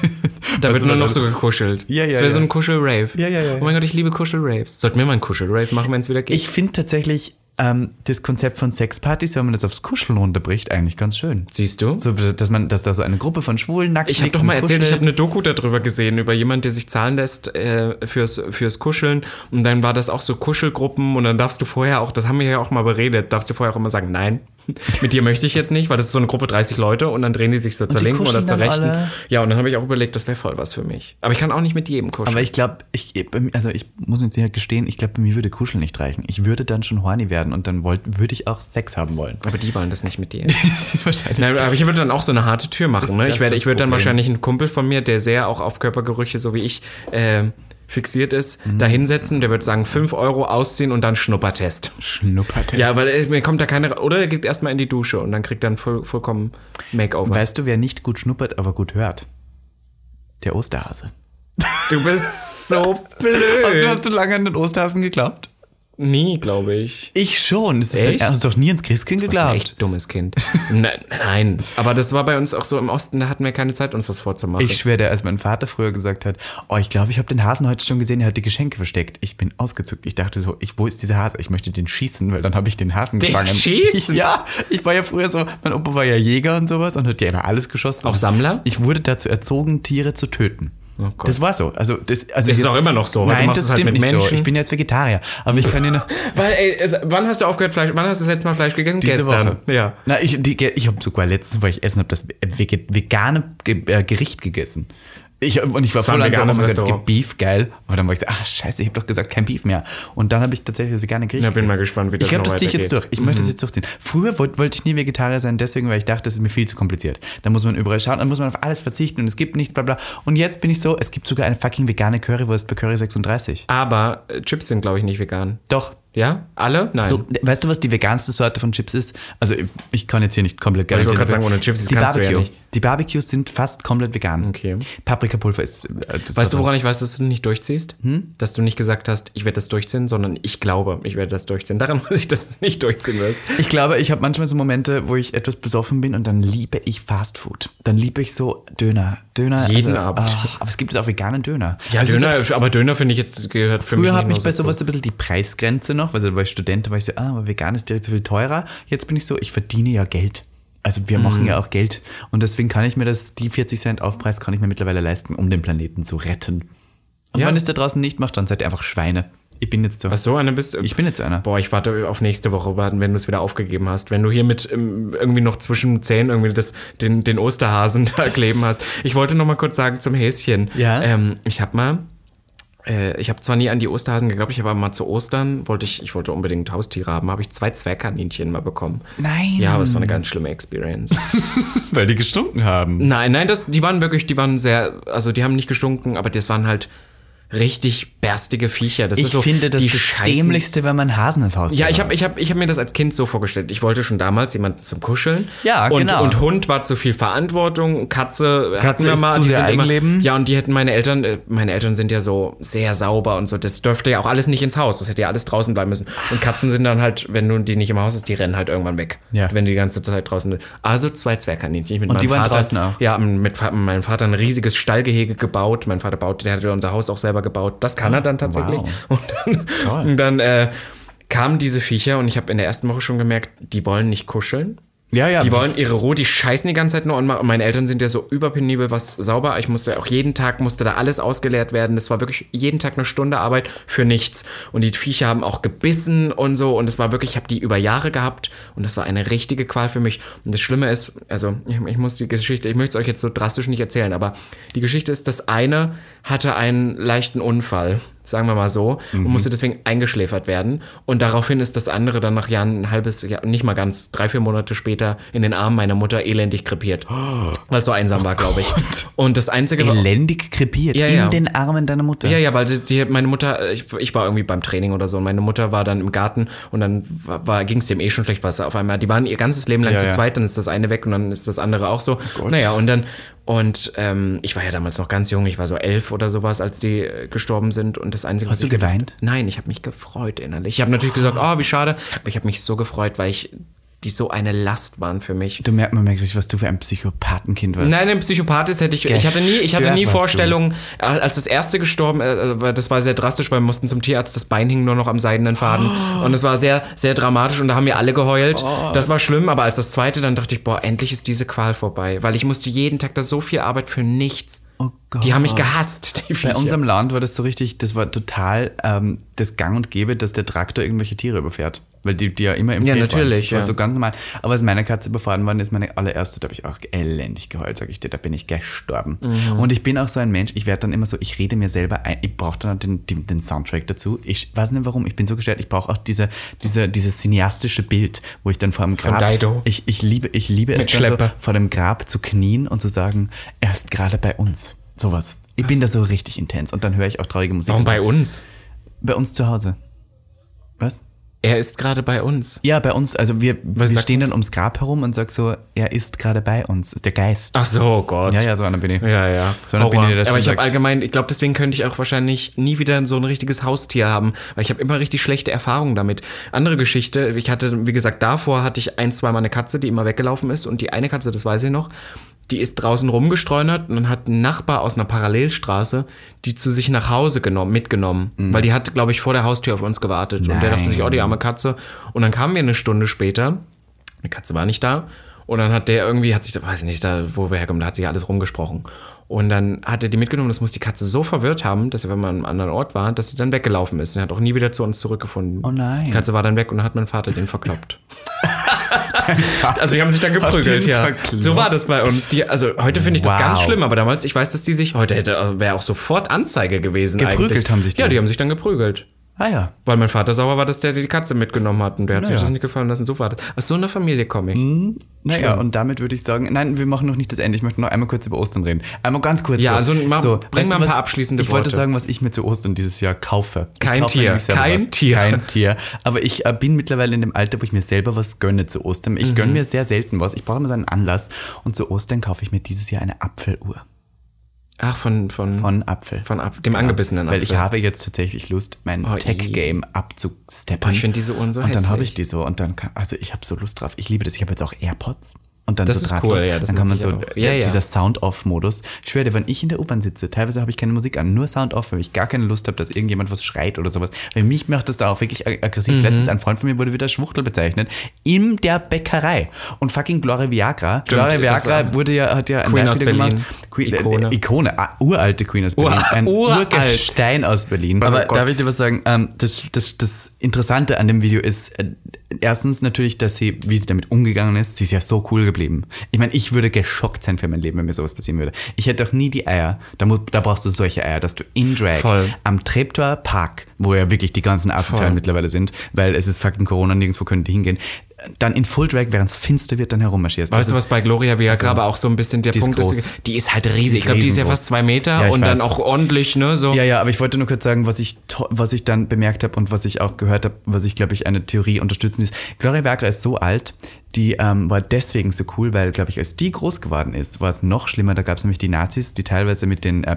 [SPEAKER 1] da wird nur noch so gekuschelt.
[SPEAKER 2] Ja, ja,
[SPEAKER 1] Das wäre so
[SPEAKER 2] ja.
[SPEAKER 1] ein Kuschel-Rave.
[SPEAKER 2] Ja, ja, ja,
[SPEAKER 1] Oh mein Gott, ich liebe Kuschel-Raves. Sollten wir mal einen Kuschel-Rave machen, wenn es wieder geht?
[SPEAKER 2] Ich finde tatsächlich ähm, das Konzept von Sexpartys, wenn man das aufs Kuscheln runterbricht, eigentlich ganz schön.
[SPEAKER 1] Siehst du?
[SPEAKER 2] So, dass man, dass da so eine Gruppe von Schwulen nackt
[SPEAKER 1] Ich habe
[SPEAKER 2] liegt
[SPEAKER 1] doch
[SPEAKER 2] und
[SPEAKER 1] mal erzählt, ich
[SPEAKER 2] kuschelt.
[SPEAKER 1] habe eine Doku darüber gesehen, über jemanden, der sich zahlen lässt äh, fürs, fürs Kuscheln. Und dann war das auch so Kuschelgruppen und dann darfst du vorher auch, das haben wir ja auch mal beredet, darfst du vorher auch immer sagen, nein, mit dir möchte ich jetzt nicht, weil das ist so eine Gruppe 30 Leute und dann drehen die sich so zur
[SPEAKER 2] die
[SPEAKER 1] linken oder
[SPEAKER 2] kuscheln
[SPEAKER 1] zur
[SPEAKER 2] dann
[SPEAKER 1] rechten.
[SPEAKER 2] alle.
[SPEAKER 1] Ja, und dann habe ich auch überlegt, das wäre voll was für mich. Aber ich kann auch nicht mit jedem kuscheln.
[SPEAKER 2] Aber ich glaube, ich, bei mir- also ich muss jetzt hier gestehen, ich glaube, bei mir würde Kuscheln nicht reichen. Ich würde dann schon horny werden und dann wollt, würde ich auch Sex haben wollen.
[SPEAKER 1] Aber die wollen das nicht mit dir.
[SPEAKER 2] Wahrscheinlich.
[SPEAKER 1] Nein, aber ich würde dann auch so eine harte Tür machen. Ne?
[SPEAKER 2] das
[SPEAKER 1] Ich werde,
[SPEAKER 2] ist
[SPEAKER 1] ich würde dann
[SPEAKER 2] das Problem.
[SPEAKER 1] wahrscheinlich einen Kumpel von mir, der sehr auch auf Körpergerüche, so wie ich, ähm, fixiert ist,
[SPEAKER 2] Mhm.
[SPEAKER 1] da hinsetzen. Der würde sagen, 5 Euro ausziehen und dann Schnuppertest.
[SPEAKER 2] Schnuppertest.
[SPEAKER 1] Ja, weil äh, mir kommt da keine. Oder er geht erstmal in die Dusche und dann kriegt er ein voll, vollkommen Makeover.
[SPEAKER 2] Weißt du, wer nicht gut schnuppert, aber gut hört? Der Osterhase.
[SPEAKER 1] Du bist so blöd.
[SPEAKER 2] Hast du, hast du lange an den Osterhasen geglaubt?
[SPEAKER 1] Nie, glaube ich.
[SPEAKER 2] Ich schon. Das ist
[SPEAKER 1] Echt?
[SPEAKER 2] Dann, hast du doch nie ins Christkind
[SPEAKER 1] Du bist ein
[SPEAKER 2] geglaubt.
[SPEAKER 1] echt dummes Kind. nein, nein. Aber das war bei uns auch so im Osten, da hatten wir keine Zeit, uns was vorzumachen.
[SPEAKER 2] Ich schwöre dir, als mein Vater früher gesagt hat, oh, ich glaube, ich habe den Hasen heute schon gesehen, er hat die Geschenke versteckt. Ich bin ausgezuckt. Ich dachte so, ich, wo ist dieser Hase? Ich möchte den schießen, weil dann habe ich den Hasen
[SPEAKER 1] Den
[SPEAKER 2] gefangen.
[SPEAKER 1] schießen?
[SPEAKER 2] Ich, ja, ich war ja früher so, mein Opa war ja Jäger und sowas und hat ja immer alles geschossen.
[SPEAKER 1] Auch Sammler?
[SPEAKER 2] Ich wurde dazu erzogen, Tiere zu töten.
[SPEAKER 1] Oh Gott.
[SPEAKER 2] das war so. Also, das, also
[SPEAKER 1] Ist
[SPEAKER 2] jetzt-
[SPEAKER 1] auch immer noch so, weil du
[SPEAKER 2] Nein,
[SPEAKER 1] machst
[SPEAKER 2] das
[SPEAKER 1] es halt
[SPEAKER 2] stimmt
[SPEAKER 1] mit
[SPEAKER 2] nicht so.
[SPEAKER 1] Menschen.
[SPEAKER 2] Ich bin jetzt Vegetarier, aber ich kann dir noch...
[SPEAKER 1] Weil, ey, es, wann hast du aufgehört, Fleisch? Wann hast du das letzte Mal Fleisch gegessen? Gestern. Ja.
[SPEAKER 2] Na, ich, die, ich habe sogar letztens, weil ich essen habe, das vege- vegane Ge äh, Gericht gegessen. Ich, und ich war
[SPEAKER 1] war ein
[SPEAKER 2] voll langsam,
[SPEAKER 1] veganes
[SPEAKER 2] oh mein Gott, es gibt
[SPEAKER 1] Restaurant.
[SPEAKER 2] Beef, geil. Aber dann war ich so, ach scheiße, ich habe doch gesagt, kein Beef mehr. Und dann habe ich tatsächlich das vegane Gericht
[SPEAKER 1] Ja, bin mal gespannt, wie das
[SPEAKER 2] Ich glaube,
[SPEAKER 1] noch
[SPEAKER 2] das ziehe ich jetzt durch.
[SPEAKER 1] weitergeht. Mhm.
[SPEAKER 2] Ich möchte das jetzt durchziehen. Früher wollte wollte ich nie Vegetarier sein, deswegen, weil ich dachte, das ist mir viel zu kompliziert. Da muss man überall schauen, dann muss man auf alles verzichten und es gibt nichts, bla bla. Und jetzt bin ich so, es gibt sogar eine fucking vegane Currywurst bei Curry 36.
[SPEAKER 1] Aber äh, Chips sind, glaube ich, nicht vegan.
[SPEAKER 2] Doch,
[SPEAKER 1] Ja? Alle? Nein.
[SPEAKER 2] so, ne, weißt du, was die veganste Sorte von Chips ist? Also ich, ich kann jetzt hier nicht komplett
[SPEAKER 1] ich wollte
[SPEAKER 2] garantieren.
[SPEAKER 1] gerade sagen, ohne Chips
[SPEAKER 2] die
[SPEAKER 1] kannst du ja
[SPEAKER 2] Barbecue.
[SPEAKER 1] nicht.
[SPEAKER 2] Die Barbecues sind fast komplett vegan.
[SPEAKER 1] Okay.
[SPEAKER 2] Paprikapulver ist. Äh, das
[SPEAKER 1] Weißt du,
[SPEAKER 2] hat-
[SPEAKER 1] woran ich weiß, dass du nicht durchziehst? Dass du nicht gesagt hast, ich werde das durchziehen, sondern ich glaube, ich werde das durchziehen. Daran muss ich, dass du es nicht durchziehen wirst.
[SPEAKER 2] Ich glaube, ich habe manchmal so Momente, wo ich etwas besoffen bin und dann liebe ich Fast Food. Dann liebe ich so Döner. Döner.
[SPEAKER 1] Jeden Abend.
[SPEAKER 2] ah, aber es gibt jetzt auch veganen Döner. Also,
[SPEAKER 1] Ja,
[SPEAKER 2] Es ist
[SPEAKER 1] Döner, aber Döner finde ich jetzt gehört für mich
[SPEAKER 2] Früher habe
[SPEAKER 1] nicht
[SPEAKER 2] ich bei
[SPEAKER 1] nur so
[SPEAKER 2] sowas ein bisschen die Preisgrenze noch, weil als Student war ich so, ah, aber vegan ist direkt so viel teurer. Jetzt bin ich so, ich verdiene ja Geld. Also wir
[SPEAKER 1] Mhm.
[SPEAKER 2] machen ja auch Geld. Und deswegen kann ich mir das, die 40 Cent Aufpreis kann ich mir mittlerweile leisten, um den Planeten zu retten. Und
[SPEAKER 1] Ja.
[SPEAKER 2] wenn es da draußen nicht macht, dann seid ihr einfach Schweine. Ich bin jetzt so.
[SPEAKER 1] Ach so, einer bist
[SPEAKER 2] Ich bin jetzt einer.
[SPEAKER 1] Boah, ich warte auf nächste Woche, warten, wenn du es wieder aufgegeben hast. Wenn du hier mit ähm, irgendwie noch zwischen Zähnen irgendwie das, den, den Osterhasen da kleben hast. Ich wollte noch mal kurz sagen zum Häschen.
[SPEAKER 2] Ja?
[SPEAKER 1] Ähm, ich habe mal, äh, ich habe zwar nie an die Osterhasen geglaubt, ich habe aber mal zu Ostern, wollte ich, ich wollte unbedingt Haustiere haben, habe ich zwei Zwergkaninchen mal bekommen.
[SPEAKER 2] Nein.
[SPEAKER 1] Ja, aber es war eine ganz schlimme Experience.
[SPEAKER 2] Weil die gestunken haben.
[SPEAKER 1] Nein, nein, das, die waren wirklich, die waren sehr, also die haben nicht gestunken, aber das waren halt richtig berstige Viecher. Das
[SPEAKER 2] Ich
[SPEAKER 1] ist so,
[SPEAKER 2] finde das,
[SPEAKER 1] die
[SPEAKER 2] das
[SPEAKER 1] scheißen-
[SPEAKER 2] Dämlichste, wenn man Hasen als Haustier
[SPEAKER 1] Ja, ich habe ich hab, ich hab mir das als Kind so vorgestellt. Ich wollte schon damals jemanden zum Kuscheln.
[SPEAKER 2] Ja,
[SPEAKER 1] und,
[SPEAKER 2] genau.
[SPEAKER 1] Und Hund war zu viel Verantwortung. Katze,
[SPEAKER 2] Katze ist zu sehr Eigenleben.
[SPEAKER 1] immer, Ja, und die hätten meine Eltern, äh, meine Eltern sind ja so sehr sauber und so. Das dürfte ja auch alles nicht ins Haus. Das hätte ja alles draußen bleiben müssen. Und Katzen sind dann halt, wenn du die nicht im Haus hast, die rennen halt irgendwann weg.
[SPEAKER 2] Ja.
[SPEAKER 1] Wenn die die ganze Zeit draußen sind. Also zwei Zwergkaninchen. Ich mit
[SPEAKER 2] Und die
[SPEAKER 1] meinem
[SPEAKER 2] waren
[SPEAKER 1] Vater,
[SPEAKER 2] draußen auch?
[SPEAKER 1] Ja, mit, Fa- meinem Vater ein riesiges Stallgehege gebaut. Mein Vater baut, der hat ja unser Haus auch selber gebaut. Das kann er dann tatsächlich. Und dann, und dann äh, kamen diese Viecher und ich habe in der ersten Woche schon gemerkt, die wollen nicht kuscheln.
[SPEAKER 2] Ja, ja.
[SPEAKER 1] Die wollen ihre Ruhe, die scheißen die ganze Zeit nur und ma- und meine Eltern sind ja so überpenibel, was sauber. Ich musste ja auch jeden Tag, musste da alles ausgeleert werden. Das war wirklich jeden Tag eine Stunde Arbeit für nichts. Und die Viecher haben auch gebissen und so. Und das war wirklich, ich habe die über Jahre gehabt und das war eine richtige Qual für mich. Und das Schlimme ist, also ich, ich muss die Geschichte, ich möchte es euch jetzt so drastisch nicht erzählen, aber die Geschichte ist, das eine hatte einen leichten Unfall, sagen wir mal so, und musste deswegen eingeschläfert werden. Und daraufhin ist das andere dann nach Jahren ein halbes Jahr, nicht mal ganz, drei, vier Monate später in den Armen meiner Mutter elendig krepiert. Weil es so einsam war, glaube ich. Und das Einzige war.
[SPEAKER 2] Elendig krepiert
[SPEAKER 1] Ja,
[SPEAKER 2] in
[SPEAKER 1] ja.
[SPEAKER 2] den Armen deiner Mutter.
[SPEAKER 1] Ja, ja, weil das- die, meine Mutter, äh, ich, ich war irgendwie beim Training oder so und meine Mutter war dann im Garten und dann war, war, ging es dem eh schon schlecht, was auf einmal, die waren ihr ganzes Leben lang
[SPEAKER 2] Ja,
[SPEAKER 1] zu
[SPEAKER 2] ja. Oh
[SPEAKER 1] zweit, dann ist das eine weg und dann ist das andere auch so. naja, und dann, und ähm, ich war ja damals noch ganz jung, ich war so elf oder sowas, als die äh, gestorben sind und das Einzige, was
[SPEAKER 2] Hast du
[SPEAKER 1] ich gedacht-
[SPEAKER 2] geweint?
[SPEAKER 1] Nein, ich habe mich gefreut innerlich. Ich habe natürlich gesagt, oh, wie schade, aber ich habe mich so gefreut, weil ich, die so eine Last waren für mich.
[SPEAKER 2] Du merkst, man merkt richtig, was du für ein Psychopathenkind warst.
[SPEAKER 1] Nein, ein Psychopath ist hätte ich. Ich hatte nie, ich hatte
[SPEAKER 2] Gestört
[SPEAKER 1] nie
[SPEAKER 2] warst du.
[SPEAKER 1] Vorstellungen, als das erste gestorben, äh, weil das war sehr drastisch, weil wir mussten zum Tierarzt, das Bein hing nur noch am seidenen Faden.
[SPEAKER 2] Oh.
[SPEAKER 1] Und es war sehr, sehr dramatisch und da haben wir alle geheult. Das war schlimm, aber als das zweite, dann dachte ich, boah, endlich ist diese Qual vorbei. Weil ich musste jeden Tag da so viel Arbeit für nichts.
[SPEAKER 2] Oh Gott.
[SPEAKER 1] Die haben mich gehasst, die
[SPEAKER 2] Bei
[SPEAKER 1] Viecher.
[SPEAKER 2] unserem Land war das so richtig, das war total ähm, das Gang und Gäbe, dass der Traktor irgendwelche Tiere überfährt. Weil die, die ja immer im
[SPEAKER 1] Ja,
[SPEAKER 2] Feld
[SPEAKER 1] natürlich,
[SPEAKER 2] waren. Das war
[SPEAKER 1] ja.
[SPEAKER 2] so ganz normal. Aber als meine Katze überfahren worden ist, meine allererste, da habe ich auch elendig geheult, sage ich dir, da bin ich gestorben.
[SPEAKER 1] Mhm.
[SPEAKER 2] Und ich bin auch so ein Mensch, ich werde dann immer so, ich rede mir selber ein, ich brauche dann den, den, den Soundtrack dazu. Ich weiß nicht warum, ich bin so gestellt, ich brauche auch diese, diese, dieses cineastische Bild, wo ich dann vor dem Grab,
[SPEAKER 1] Dido.
[SPEAKER 2] ich, ich liebe, ich liebe es
[SPEAKER 1] Mit
[SPEAKER 2] dann so,
[SPEAKER 1] Schleppe.
[SPEAKER 2] vor dem Grab zu knien und zu sagen, er ist gerade bei uns. Sowas. Ich bin da so richtig intens und dann höre ich auch traurige Musik.
[SPEAKER 1] Also. Warum bei uns?
[SPEAKER 2] Bei uns zu Hause. Was?
[SPEAKER 1] Er ist gerade bei uns.
[SPEAKER 2] Ja, bei uns, also wir, wir
[SPEAKER 1] sagt-
[SPEAKER 2] stehen dann ums Grab herum und sagen so, er ist gerade bei uns, ist der Geist.
[SPEAKER 1] Ach so, Gott.
[SPEAKER 2] Ja, ja, so einer bin ich.
[SPEAKER 1] Ja, ja.
[SPEAKER 2] So einer bin ich,
[SPEAKER 1] Horror.
[SPEAKER 2] der das
[SPEAKER 1] Aber ich habe
[SPEAKER 2] sagt.
[SPEAKER 1] allgemein, ich glaube, deswegen könnte ich auch wahrscheinlich nie wieder so ein richtiges Haustier haben, weil ich habe immer richtig schlechte Erfahrungen damit. Andere Geschichte, ich hatte, wie gesagt, davor hatte ich ein, zweimal eine Katze, die immer weggelaufen ist und die eine Katze, das weiß ich noch, die ist draußen rumgestreunert und dann hat ein Nachbar aus einer Parallelstraße die zu sich nach Hause genommen, mitgenommen, weil die hat, glaube ich, vor der Haustür auf uns gewartet und der dachte sich, oh, die arme Katze. Und dann kamen wir eine Stunde später die Katze war nicht da. Und dann hat der irgendwie, hat sich, weiß ich nicht, da, wo wir herkommen, da hat sich ja alles rumgesprochen. Und dann hat er die mitgenommen, das muss die Katze so verwirrt haben, dass er, wenn man an einem anderen Ort war, dass sie dann weggelaufen ist. Und er hat auch nie wieder zu uns zurückgefunden.
[SPEAKER 2] Oh nein.
[SPEAKER 1] Die Katze war dann weg und dann hat mein Vater den verkloppt. Also die haben sich dann geprügelt,
[SPEAKER 2] den
[SPEAKER 1] ja.
[SPEAKER 2] verkloppt.
[SPEAKER 1] So war das bei uns. Die, also heute finde ich das
[SPEAKER 2] Wow.
[SPEAKER 1] ganz schlimm, aber damals, ich weiß, dass die sich, heute hätte, wäre auch sofort Anzeige gewesen
[SPEAKER 2] Geprügelt
[SPEAKER 1] eigentlich.
[SPEAKER 2] haben sich die.
[SPEAKER 1] Ja, die haben sich dann geprügelt.
[SPEAKER 2] Ah ja.
[SPEAKER 1] Weil mein Vater sauer war, dass der die Katze mitgenommen hat und der hat
[SPEAKER 2] Naja.
[SPEAKER 1] sich das nicht gefallen lassen. So war das. Aus so einer Familie komme ich.
[SPEAKER 2] Hm. Naja, und damit würde ich sagen, nein, wir machen noch nicht das Ende. Ich möchte noch einmal kurz über Ostern reden. Einmal ganz kurz.
[SPEAKER 1] Ja, also mach- bring
[SPEAKER 2] weißt
[SPEAKER 1] mal
[SPEAKER 2] du
[SPEAKER 1] ein paar
[SPEAKER 2] was?
[SPEAKER 1] abschließende
[SPEAKER 2] Ich wollte
[SPEAKER 1] Worte.
[SPEAKER 2] sagen, was ich mir zu Ostern dieses Jahr kaufe. Ich
[SPEAKER 1] Kein
[SPEAKER 2] kaufe
[SPEAKER 1] Tier,
[SPEAKER 2] nämlich selber
[SPEAKER 1] kein
[SPEAKER 2] was.
[SPEAKER 1] Tier.
[SPEAKER 2] Kein Tier. Aber ich äh, bin mittlerweile in dem Alter, wo ich mir selber was gönne zu Ostern.
[SPEAKER 1] Mhm.
[SPEAKER 2] Ich gönne mir sehr selten was. Ich brauche immer so einen Anlass. Und zu Ostern kaufe ich mir dieses Jahr eine Apfeluhr
[SPEAKER 1] Ach, von, von, von,
[SPEAKER 2] von Apfel.
[SPEAKER 1] ab, dem angebissenen
[SPEAKER 2] Weil
[SPEAKER 1] Apfel.
[SPEAKER 2] ich habe jetzt tatsächlich Lust, mein
[SPEAKER 1] Oh,
[SPEAKER 2] Tech-Game abzusteppen.
[SPEAKER 1] Boah, ich find diese Uhren so
[SPEAKER 2] Und dann habe
[SPEAKER 1] hässlich.
[SPEAKER 2] ich die so und dann kann, also ich habe so Lust drauf. Ich liebe das. Ich habe jetzt auch AirPods. und dann
[SPEAKER 1] Das
[SPEAKER 2] so
[SPEAKER 1] ist
[SPEAKER 2] drahtlos.
[SPEAKER 1] cool, ja, das
[SPEAKER 2] dann kann man
[SPEAKER 1] mag
[SPEAKER 2] so,
[SPEAKER 1] ich auch. Ja,
[SPEAKER 2] äh,
[SPEAKER 1] ja.
[SPEAKER 2] dieser Sound-Off-Modus. Ich schwöre dir, wenn ich in der U-Bahn sitze, teilweise habe ich keine Musik an, nur Sound-Off, weil ich gar keine Lust habe, dass irgendjemand was schreit oder sowas. Weil mich macht das da auch wirklich ag- aggressiv.
[SPEAKER 1] Mhm.
[SPEAKER 2] Letztens ein Freund von mir wurde wieder als Schwuchtel bezeichnet, in der Bäckerei. Und fucking Gloria Viagra. Gloria
[SPEAKER 1] das
[SPEAKER 2] Viagra
[SPEAKER 1] war-
[SPEAKER 2] wurde ja, hat ja ein
[SPEAKER 1] Queen aus
[SPEAKER 2] Live-Video
[SPEAKER 1] Berlin.
[SPEAKER 2] Queen, Ikone.
[SPEAKER 1] Ikone.
[SPEAKER 2] Äh, Ikone, ah, uralte Queen aus
[SPEAKER 1] Ur-
[SPEAKER 2] Berlin. ein
[SPEAKER 1] uralt.
[SPEAKER 2] Urgestein aus Berlin.
[SPEAKER 1] Oh
[SPEAKER 2] Aber
[SPEAKER 1] Gott.
[SPEAKER 2] darf ich dir was sagen? Ähm, das, das, das Interessante an dem Video ist, äh, erstens natürlich, dass sie, wie sie damit umgegangen ist, sie ist ja so cool geblieben. Ich meine, ich würde geschockt sein für mein Leben, wenn mir sowas passieren würde. Ich hätte doch nie die Eier, da, mu- da brauchst du solche Eier, dass du in Drag
[SPEAKER 1] Voll.
[SPEAKER 2] am Treptower Park, wo ja wirklich die ganzen Asozialen
[SPEAKER 1] Voll.
[SPEAKER 2] mittlerweile sind, weil es ist fucking Corona, nirgendwo können die hingehen, dann in Full Drag, während es finster wird, dann herummarschierst. Das
[SPEAKER 1] Weißt du,
[SPEAKER 2] ist- also
[SPEAKER 1] was bei Gloria Viagra aber auch so ein bisschen der
[SPEAKER 2] ist
[SPEAKER 1] Punkt
[SPEAKER 2] groß.
[SPEAKER 1] ist, die ist halt riesig. Ich glaube, die ist ja
[SPEAKER 2] riesengroß.
[SPEAKER 1] fast zwei Meter
[SPEAKER 2] Ja, ich
[SPEAKER 1] und
[SPEAKER 2] weiß.
[SPEAKER 1] dann auch ordentlich, ne? So.
[SPEAKER 2] Ja, ja, aber ich wollte nur kurz sagen, was ich, to- was ich dann bemerkt habe und was ich auch gehört habe, was ich, glaube ich, eine Theorie unterstützen ist. Gloria Werker ist so alt, die ähm, war deswegen so cool, weil, glaube ich, als die groß geworden ist, war es noch schlimmer. Da gab es nämlich die Nazis, die teilweise mit den äh,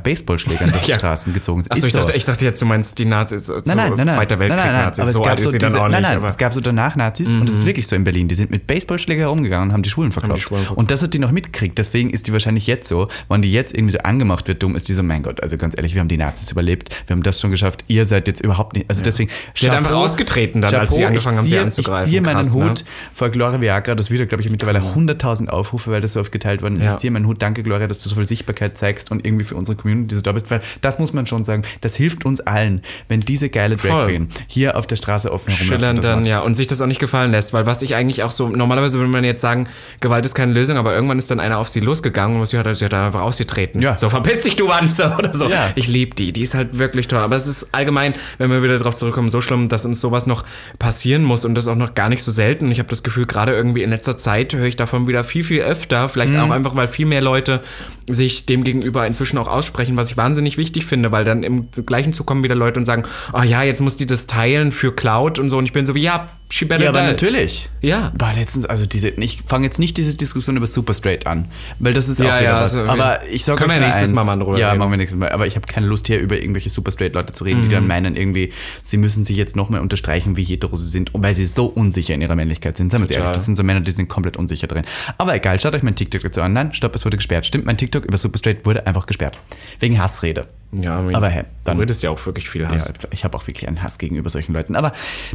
[SPEAKER 2] Baseballschlägern durch die
[SPEAKER 1] Ja.
[SPEAKER 2] Straßen gezogen sind.
[SPEAKER 1] Achso,
[SPEAKER 2] Ist
[SPEAKER 1] ich
[SPEAKER 2] so.
[SPEAKER 1] dachte, ich dachte jetzt, du meinst die Nazis, äh,
[SPEAKER 2] Nein, nein, nein, nein.
[SPEAKER 1] Zweiter Weltkrieg
[SPEAKER 2] nein, nein, nein.
[SPEAKER 1] Nazis.
[SPEAKER 2] Aber
[SPEAKER 1] So
[SPEAKER 2] es
[SPEAKER 1] alt
[SPEAKER 2] gab
[SPEAKER 1] ist
[SPEAKER 2] so
[SPEAKER 1] sie
[SPEAKER 2] diese,
[SPEAKER 1] dann auch nicht.
[SPEAKER 2] Nein, nein,
[SPEAKER 1] aber Mhm.
[SPEAKER 2] es gab so danach Nazis und es ist wirklich so in Berlin. Die sind mit Baseballschläger herumgegangen und haben die Schwulen verkloppt.
[SPEAKER 1] Schwulen verkloppt.
[SPEAKER 2] und das hat die noch mitgekriegt. Deswegen ist die wahrscheinlich jetzt so, wenn die jetzt irgendwie so angemacht wird, dumm ist die so, mein Gott, also ganz ehrlich, wir haben die Nazis überlebt. Wir haben das schon geschafft. Ihr seid jetzt überhaupt nicht. Also deswegen. Sie
[SPEAKER 1] hat einfach ausgetreten dann, als sie angefangen haben, sie anzugreifen.
[SPEAKER 2] Ich ziehe meinen
[SPEAKER 1] Krass, ne?
[SPEAKER 2] Hut vor Gloria Viagra. Das Video, glaube ich, hat mittlerweile 100.000 Aufrufe, weil das so oft geteilt worden ist.
[SPEAKER 1] Ja.
[SPEAKER 2] Ich ziehe meinen Hut. Danke, Gloria, dass du so viel Sichtbarkeit zeigst und irgendwie für unsere Community so da bist. Weil das muss man schon sagen, das hilft uns allen, wenn diese geile Drag
[SPEAKER 1] Voll.
[SPEAKER 2] Queen hier auf der Straße offen herumläuft.
[SPEAKER 1] schillern
[SPEAKER 2] und das
[SPEAKER 1] dann,
[SPEAKER 2] macht.
[SPEAKER 1] ja, und sich das auch nicht gefallen lässt, weil was ich eigentlich auch so, normalerweise würde man jetzt sagen, Gewalt ist keine Lösung, aber irgendwann ist dann einer auf sie losgegangen und sie hat, sie hat dann einfach ausgetreten.
[SPEAKER 2] Ja.
[SPEAKER 1] So, verpiss dich, du Wanze oder so.
[SPEAKER 2] Ja.
[SPEAKER 1] Ich liebe die, die ist halt wirklich toll, aber es ist allgemein, wenn wir wieder darauf zurückkommen, so schlimm, dass uns sowas noch passieren muss und das auch noch gar nicht so selten. Ich habe das Gefühl, gerade irgendwie in letzter Zeit höre ich davon wieder viel, viel öfter, vielleicht
[SPEAKER 2] Mhm.
[SPEAKER 1] auch einfach, weil viel mehr Leute sich dem gegenüber inzwischen auch aussprechen, was ich wahnsinnig wichtig finde, weil dann im gleichen Zug kommen wieder Leute und sagen, oh ja, jetzt muss die das teilen für Cloud und so und ich bin so wie, ja, she better
[SPEAKER 2] Ja, aber
[SPEAKER 1] die.
[SPEAKER 2] natürlich.
[SPEAKER 1] Ja.
[SPEAKER 2] War letztens, also diese, ich fange jetzt nicht diese Diskussion über Super Straight an, weil das ist auch
[SPEAKER 1] Ja,
[SPEAKER 2] wieder
[SPEAKER 1] ja,
[SPEAKER 2] was.
[SPEAKER 1] also,
[SPEAKER 2] aber ich sage
[SPEAKER 1] können wir nächstes Mal mal drüber
[SPEAKER 2] Ja,
[SPEAKER 1] reden.
[SPEAKER 2] machen wir nächstes Mal. Aber ich habe keine Lust hier über irgendwelche Super Straight Leute zu reden, die
[SPEAKER 1] Mhm.
[SPEAKER 2] dann meinen irgendwie, sie müssen sich jetzt noch mehr unterstreichen, wie hetero sie sind, weil sie so unsicher in ihrer Männlichkeit sind. Sagen wir uns ehrlich, das sind so Männer, die sind komplett unsicher drin. Aber egal, schaut euch mein TikTok dazu an. Nein, stopp, es wurde gesperrt. Stimmt, mein TikTok über Super Straight wurde einfach gesperrt. Wegen Hassrede.
[SPEAKER 1] Ja, I mean,
[SPEAKER 2] Aber hey, dann-
[SPEAKER 1] du redest ja auch wirklich viel
[SPEAKER 2] Ja,
[SPEAKER 1] Hass.
[SPEAKER 2] ich habe auch wirklich einen Hass gegenüber solchen Leuten. Aber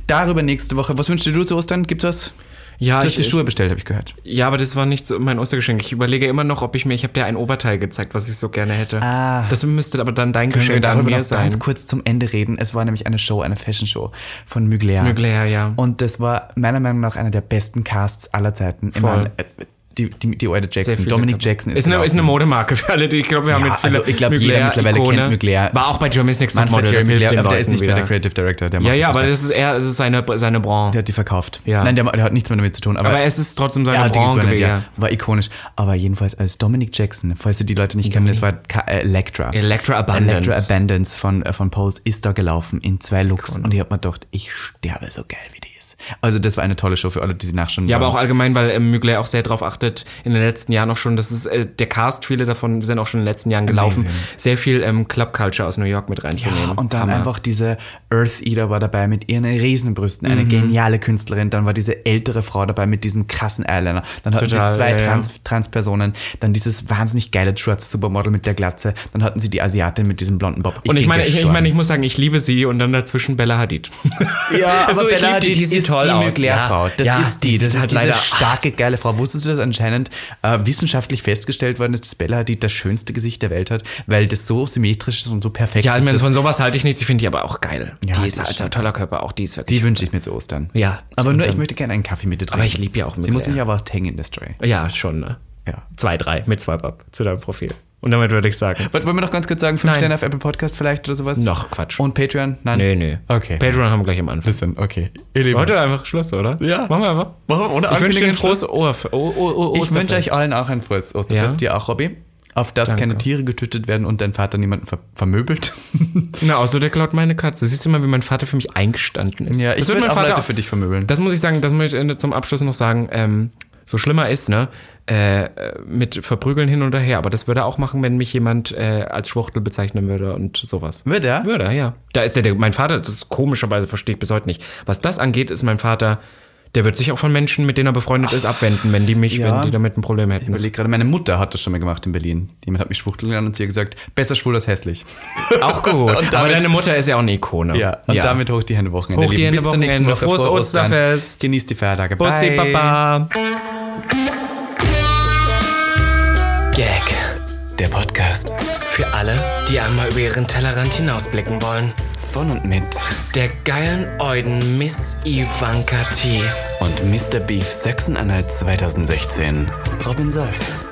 [SPEAKER 2] darüber nächste Woche. Was wünschst du zu Ostern? Gibt's was?
[SPEAKER 1] Ja,
[SPEAKER 2] Du
[SPEAKER 1] ich,
[SPEAKER 2] hast die Schuhe bestellt, habe ich gehört.
[SPEAKER 1] ja, aber das war nicht so mein Ostergeschenk. Ich überlege immer noch, ob ich mir, ich habe dir ein Oberteil gezeigt, was ich so gerne hätte.
[SPEAKER 2] Ah.
[SPEAKER 1] Das müsste aber dann dein Geschenk an
[SPEAKER 2] darüber
[SPEAKER 1] mir
[SPEAKER 2] noch ganz
[SPEAKER 1] sein.
[SPEAKER 2] kurz zum Ende reden. Es war nämlich eine Show, eine Fashion-Show von Mugler.
[SPEAKER 1] Mugler, ja.
[SPEAKER 2] Und das war meiner Meinung nach einer der besten Casts aller Zeiten. Immer
[SPEAKER 1] Voll.
[SPEAKER 2] äh, die, die, die Oida Jackson,
[SPEAKER 1] viele
[SPEAKER 2] Dominic
[SPEAKER 1] dabei.
[SPEAKER 2] Jackson genau
[SPEAKER 1] ist eine, ist eine
[SPEAKER 2] gelaufen.
[SPEAKER 1] Modemarke für alle, die ich glaube, wir haben
[SPEAKER 2] Ja,
[SPEAKER 1] jetzt viele.
[SPEAKER 2] also ich glaube, jeder
[SPEAKER 1] Mugler-Ikone.
[SPEAKER 2] mittlerweile kennt Mugler.
[SPEAKER 1] War auch bei Jeremy's Next
[SPEAKER 2] Manfred
[SPEAKER 1] Topmodel, das
[SPEAKER 2] Jeremy
[SPEAKER 1] hilft
[SPEAKER 2] Mugler,
[SPEAKER 1] den
[SPEAKER 2] aber der
[SPEAKER 1] Leuten
[SPEAKER 2] ist nicht mehr
[SPEAKER 1] wieder.
[SPEAKER 2] der Creative Director. Der
[SPEAKER 1] Ja,
[SPEAKER 2] macht
[SPEAKER 1] ja,
[SPEAKER 2] das
[SPEAKER 1] aber
[SPEAKER 2] nicht mehr.
[SPEAKER 1] das ist eher, es ist seine, seine Branche.
[SPEAKER 2] Der hat die verkauft.
[SPEAKER 1] Ja.
[SPEAKER 2] Nein, der, der hat nichts mehr damit zu tun. Aber,
[SPEAKER 1] Aber es ist trotzdem seine
[SPEAKER 2] Ja, die
[SPEAKER 1] Branche
[SPEAKER 2] Ikone,
[SPEAKER 1] gewesen.
[SPEAKER 2] ja.
[SPEAKER 1] Ja.
[SPEAKER 2] War ikonisch. Aber jedenfalls als Dominic Jackson, falls ihr die Leute nicht kennen, das war Ka äh, Electra.
[SPEAKER 1] Electra Abundance.
[SPEAKER 2] Electra Abundance von, äh, von Pose ist da gelaufen in zwei Looks. Und ich hab mir gedacht, ich sterbe so geil wie die ist. Also das war eine tolle Show für alle, die sie nachschauen
[SPEAKER 1] Ja, aber
[SPEAKER 2] wollen.
[SPEAKER 1] auch allgemein, weil ähm, Mugler auch sehr darauf achtet, in den letzten Jahren auch schon, das ist äh, der Cast, viele davon sind auch schon in den letzten Jahren gelaufen, sehr viel ähm, Club Culture aus New York mit reinzunehmen.
[SPEAKER 2] Ja, und dann einfach diese Earth Eater war dabei mit ihren Riesenbrüsten,
[SPEAKER 1] Mhm.
[SPEAKER 2] eine geniale Künstlerin. Dann war diese ältere Frau dabei mit diesem krassen Eyeliner. Dann hatten
[SPEAKER 1] Total,
[SPEAKER 2] sie zwei
[SPEAKER 1] ja, ja.
[SPEAKER 2] Trans Transpersonen. Dann dieses wahnsinnig geile Schwarz Supermodel mit der Glatze. Dann hatten sie die Asiatin mit diesem blonden Bob.
[SPEAKER 1] Und ich
[SPEAKER 2] bin
[SPEAKER 1] meine, ich, ich
[SPEAKER 2] gestorben.
[SPEAKER 1] meine, ich muss sagen, ich liebe sie und dann dazwischen Bella Hadid.
[SPEAKER 2] Ja,
[SPEAKER 1] Also
[SPEAKER 2] aber
[SPEAKER 1] ich lieb
[SPEAKER 2] Bella
[SPEAKER 1] die,
[SPEAKER 2] Hadid
[SPEAKER 1] die sieht
[SPEAKER 2] ist
[SPEAKER 1] toll
[SPEAKER 2] die
[SPEAKER 1] aus.
[SPEAKER 2] Mugler-Frau.
[SPEAKER 1] Ja.
[SPEAKER 2] Das
[SPEAKER 1] Ja,
[SPEAKER 2] ist die.
[SPEAKER 1] die
[SPEAKER 2] Das
[SPEAKER 1] sieht
[SPEAKER 2] ist
[SPEAKER 1] halt
[SPEAKER 2] diese
[SPEAKER 1] leider-
[SPEAKER 2] starke, geile Frau. Wusstest du, dass anscheinend äh, wissenschaftlich festgestellt worden ist, dass Bella Hadid das schönste Gesicht der Welt hat, weil das so symmetrisch ist und so perfekt
[SPEAKER 1] Ja, ich
[SPEAKER 2] ist?
[SPEAKER 1] meine,
[SPEAKER 2] dass-
[SPEAKER 1] von sowas halte ich nichts, die finde ich aber auch geil. die
[SPEAKER 2] also die
[SPEAKER 1] ist
[SPEAKER 2] ist
[SPEAKER 1] halt
[SPEAKER 2] schon-
[SPEAKER 1] ein toller Körper, auch die ist wirklich.
[SPEAKER 2] die wünsche ich mir zu Ostern.
[SPEAKER 1] Ja.
[SPEAKER 2] Aber
[SPEAKER 1] Und
[SPEAKER 2] nur, ich
[SPEAKER 1] dann-
[SPEAKER 2] möchte gerne einen Kaffee mit dir trinken.
[SPEAKER 1] ich liebe ja auch
[SPEAKER 2] Sie
[SPEAKER 1] Mugler,
[SPEAKER 2] muss mich
[SPEAKER 1] ja.
[SPEAKER 2] aber auch hängen in der Story.
[SPEAKER 1] ja, schon, ne?
[SPEAKER 2] Ja.
[SPEAKER 1] Zwei, drei mit Swipe Up zu deinem Profil. Und damit würde ich sagen.
[SPEAKER 2] Was, wollen wir noch ganz kurz sagen? Fünf
[SPEAKER 1] Nein.
[SPEAKER 2] Sterne auf Apple Podcast vielleicht oder sowas?
[SPEAKER 1] Noch Quatsch.
[SPEAKER 2] Und Patreon? Nein.
[SPEAKER 1] Nö, nö.
[SPEAKER 2] Okay.
[SPEAKER 1] Patreon haben wir gleich am Anfang.
[SPEAKER 2] Listen, okay. Ihr Lieben.
[SPEAKER 1] Heute einfach Schluss, oder?
[SPEAKER 2] Ja.
[SPEAKER 1] Machen wir einfach.
[SPEAKER 2] Machen wir ohne
[SPEAKER 1] ich wünsche dir
[SPEAKER 2] Ankündigung
[SPEAKER 1] ein frohes Ohr. Oh, oh, oh,
[SPEAKER 2] Ich wünsche
[SPEAKER 1] Osterfest.
[SPEAKER 2] euch allen auch ein frohes Osterfest.
[SPEAKER 1] Ja.
[SPEAKER 2] Dir auch, Robby. Auf das keine Tiere getötet werden und dein Vater niemanden ver vermöbelt.
[SPEAKER 1] Na, außer der klaut meine Katze. Siehst du mal, wie mein Vater für mich eingestanden ist.
[SPEAKER 2] ja, ich
[SPEAKER 1] Das wird
[SPEAKER 2] würde
[SPEAKER 1] mein
[SPEAKER 2] auch
[SPEAKER 1] Vater-
[SPEAKER 2] Leute für dich vermöbeln.
[SPEAKER 1] Das muss ich sagen, das muss ich äh, zum Abschluss noch sagen. Ähm, so schlimmer ist, ne? Äh, äh, mit Verprügeln hin und her. Aber das würde er auch machen, wenn mich jemand äh, als Schwuchtel bezeichnen würde und sowas.
[SPEAKER 2] Würde er?
[SPEAKER 1] Würde er, ja. Da ist der, der, mein Vater, das komischerweise verstehe ich bis heute nicht. Was das angeht, ist mein Vater Der wird sich auch von Menschen, mit denen er befreundet ist, abwenden, wenn die mich,
[SPEAKER 2] Ja.
[SPEAKER 1] wenn die damit ein Problem hätten.
[SPEAKER 2] Ich überlege gerade, meine Mutter hat das schon mal gemacht in Berlin. Jemand hat mich schwuchteln genannt und sie hat gesagt, besser schwul als hässlich.
[SPEAKER 1] Auch gut.
[SPEAKER 2] Und
[SPEAKER 1] Aber
[SPEAKER 2] damit-
[SPEAKER 1] deine Mutter ist ja auch eine Ikone.
[SPEAKER 2] Ja, und damit hoch die Hände Wochenende.
[SPEAKER 1] Hoch die
[SPEAKER 2] Lieben.
[SPEAKER 1] Hände,
[SPEAKER 2] Bis zur nächsten
[SPEAKER 1] Wochenende.
[SPEAKER 2] Woche.
[SPEAKER 1] Frohes
[SPEAKER 2] Frohe Ostern.
[SPEAKER 1] Osterfest.
[SPEAKER 2] Genießt die Feiertage.
[SPEAKER 1] Bussi,
[SPEAKER 2] Bye.
[SPEAKER 1] Baba. Gag.
[SPEAKER 2] Der Podcast
[SPEAKER 1] Für alle, die einmal über ihren Tellerrand hinausblicken wollen.
[SPEAKER 2] von und mit
[SPEAKER 1] Der geilen Euden Miss Ivanka T.
[SPEAKER 2] und Mr. Beef Sachsen-Anhalt 2016. Robin Solf.